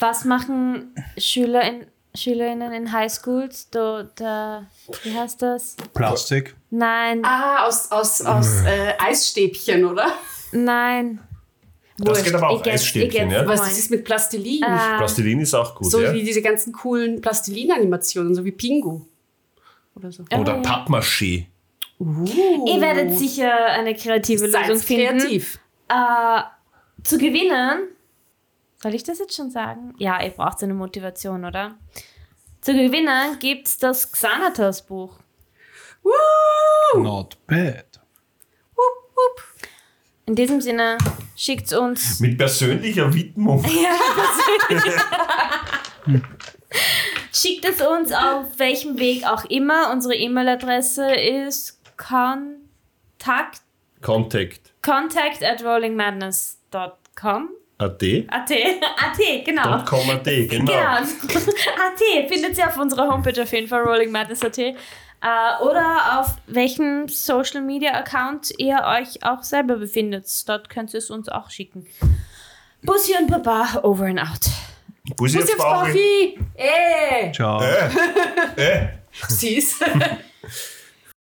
Speaker 1: was machen Schüler in, Schülerinnen in Highschools? Da, da, wie heißt das?
Speaker 2: Plastik.
Speaker 1: Nein,
Speaker 3: Ah, aus, aus, aus äh, Eisstäbchen, oder?
Speaker 1: nein.
Speaker 4: Das geht aber auch
Speaker 1: Ihr geht's-
Speaker 4: Eisstäbchen,
Speaker 1: ihr
Speaker 4: ja?
Speaker 1: geht's
Speaker 3: Was ist das mit Plastilin?
Speaker 1: Ah.
Speaker 4: Plastilin ist auch gut,
Speaker 3: so
Speaker 4: ja?
Speaker 3: wie diese ganzen coolen Plastilin-Animationen, so wie Pingu. Oder so.
Speaker 4: Oder Pappmaché.
Speaker 1: Ihr werdet sicher eine kreative Lösung
Speaker 3: Uh, Seid
Speaker 1: finden.
Speaker 3: kreativ.
Speaker 1: Äh, zu gewinnen, soll ich das jetzt schon sagen? Ja, ihr braucht eine Motivation, oder? Zu gewinnen gibt's das Xanatas-Buch.
Speaker 2: Not bad.
Speaker 1: In diesem Sinne, schickt's uns.
Speaker 4: Mit persönlicher Widmung.
Speaker 1: Schickt es uns auf welchem Weg auch immer. Unsere E-Mail-Adresse ist contact,
Speaker 4: Contact.
Speaker 1: contact at rollingmadness.com.
Speaker 4: AD.
Speaker 1: AT, AT, genau.
Speaker 4: Dot com AD, genau.
Speaker 1: AT findet ihr auf unserer Homepage auf jeden Fall, rollingmadness.at. Äh, oder auf welchem Social Media Account ihr euch auch selber befindet. Dort könnt ihr es uns auch schicken. Bussi und Baba, over and out.
Speaker 4: Bussi aufs Bauch.
Speaker 2: Äh?
Speaker 3: Ey!
Speaker 2: Ciao.
Speaker 3: Äh, Süß.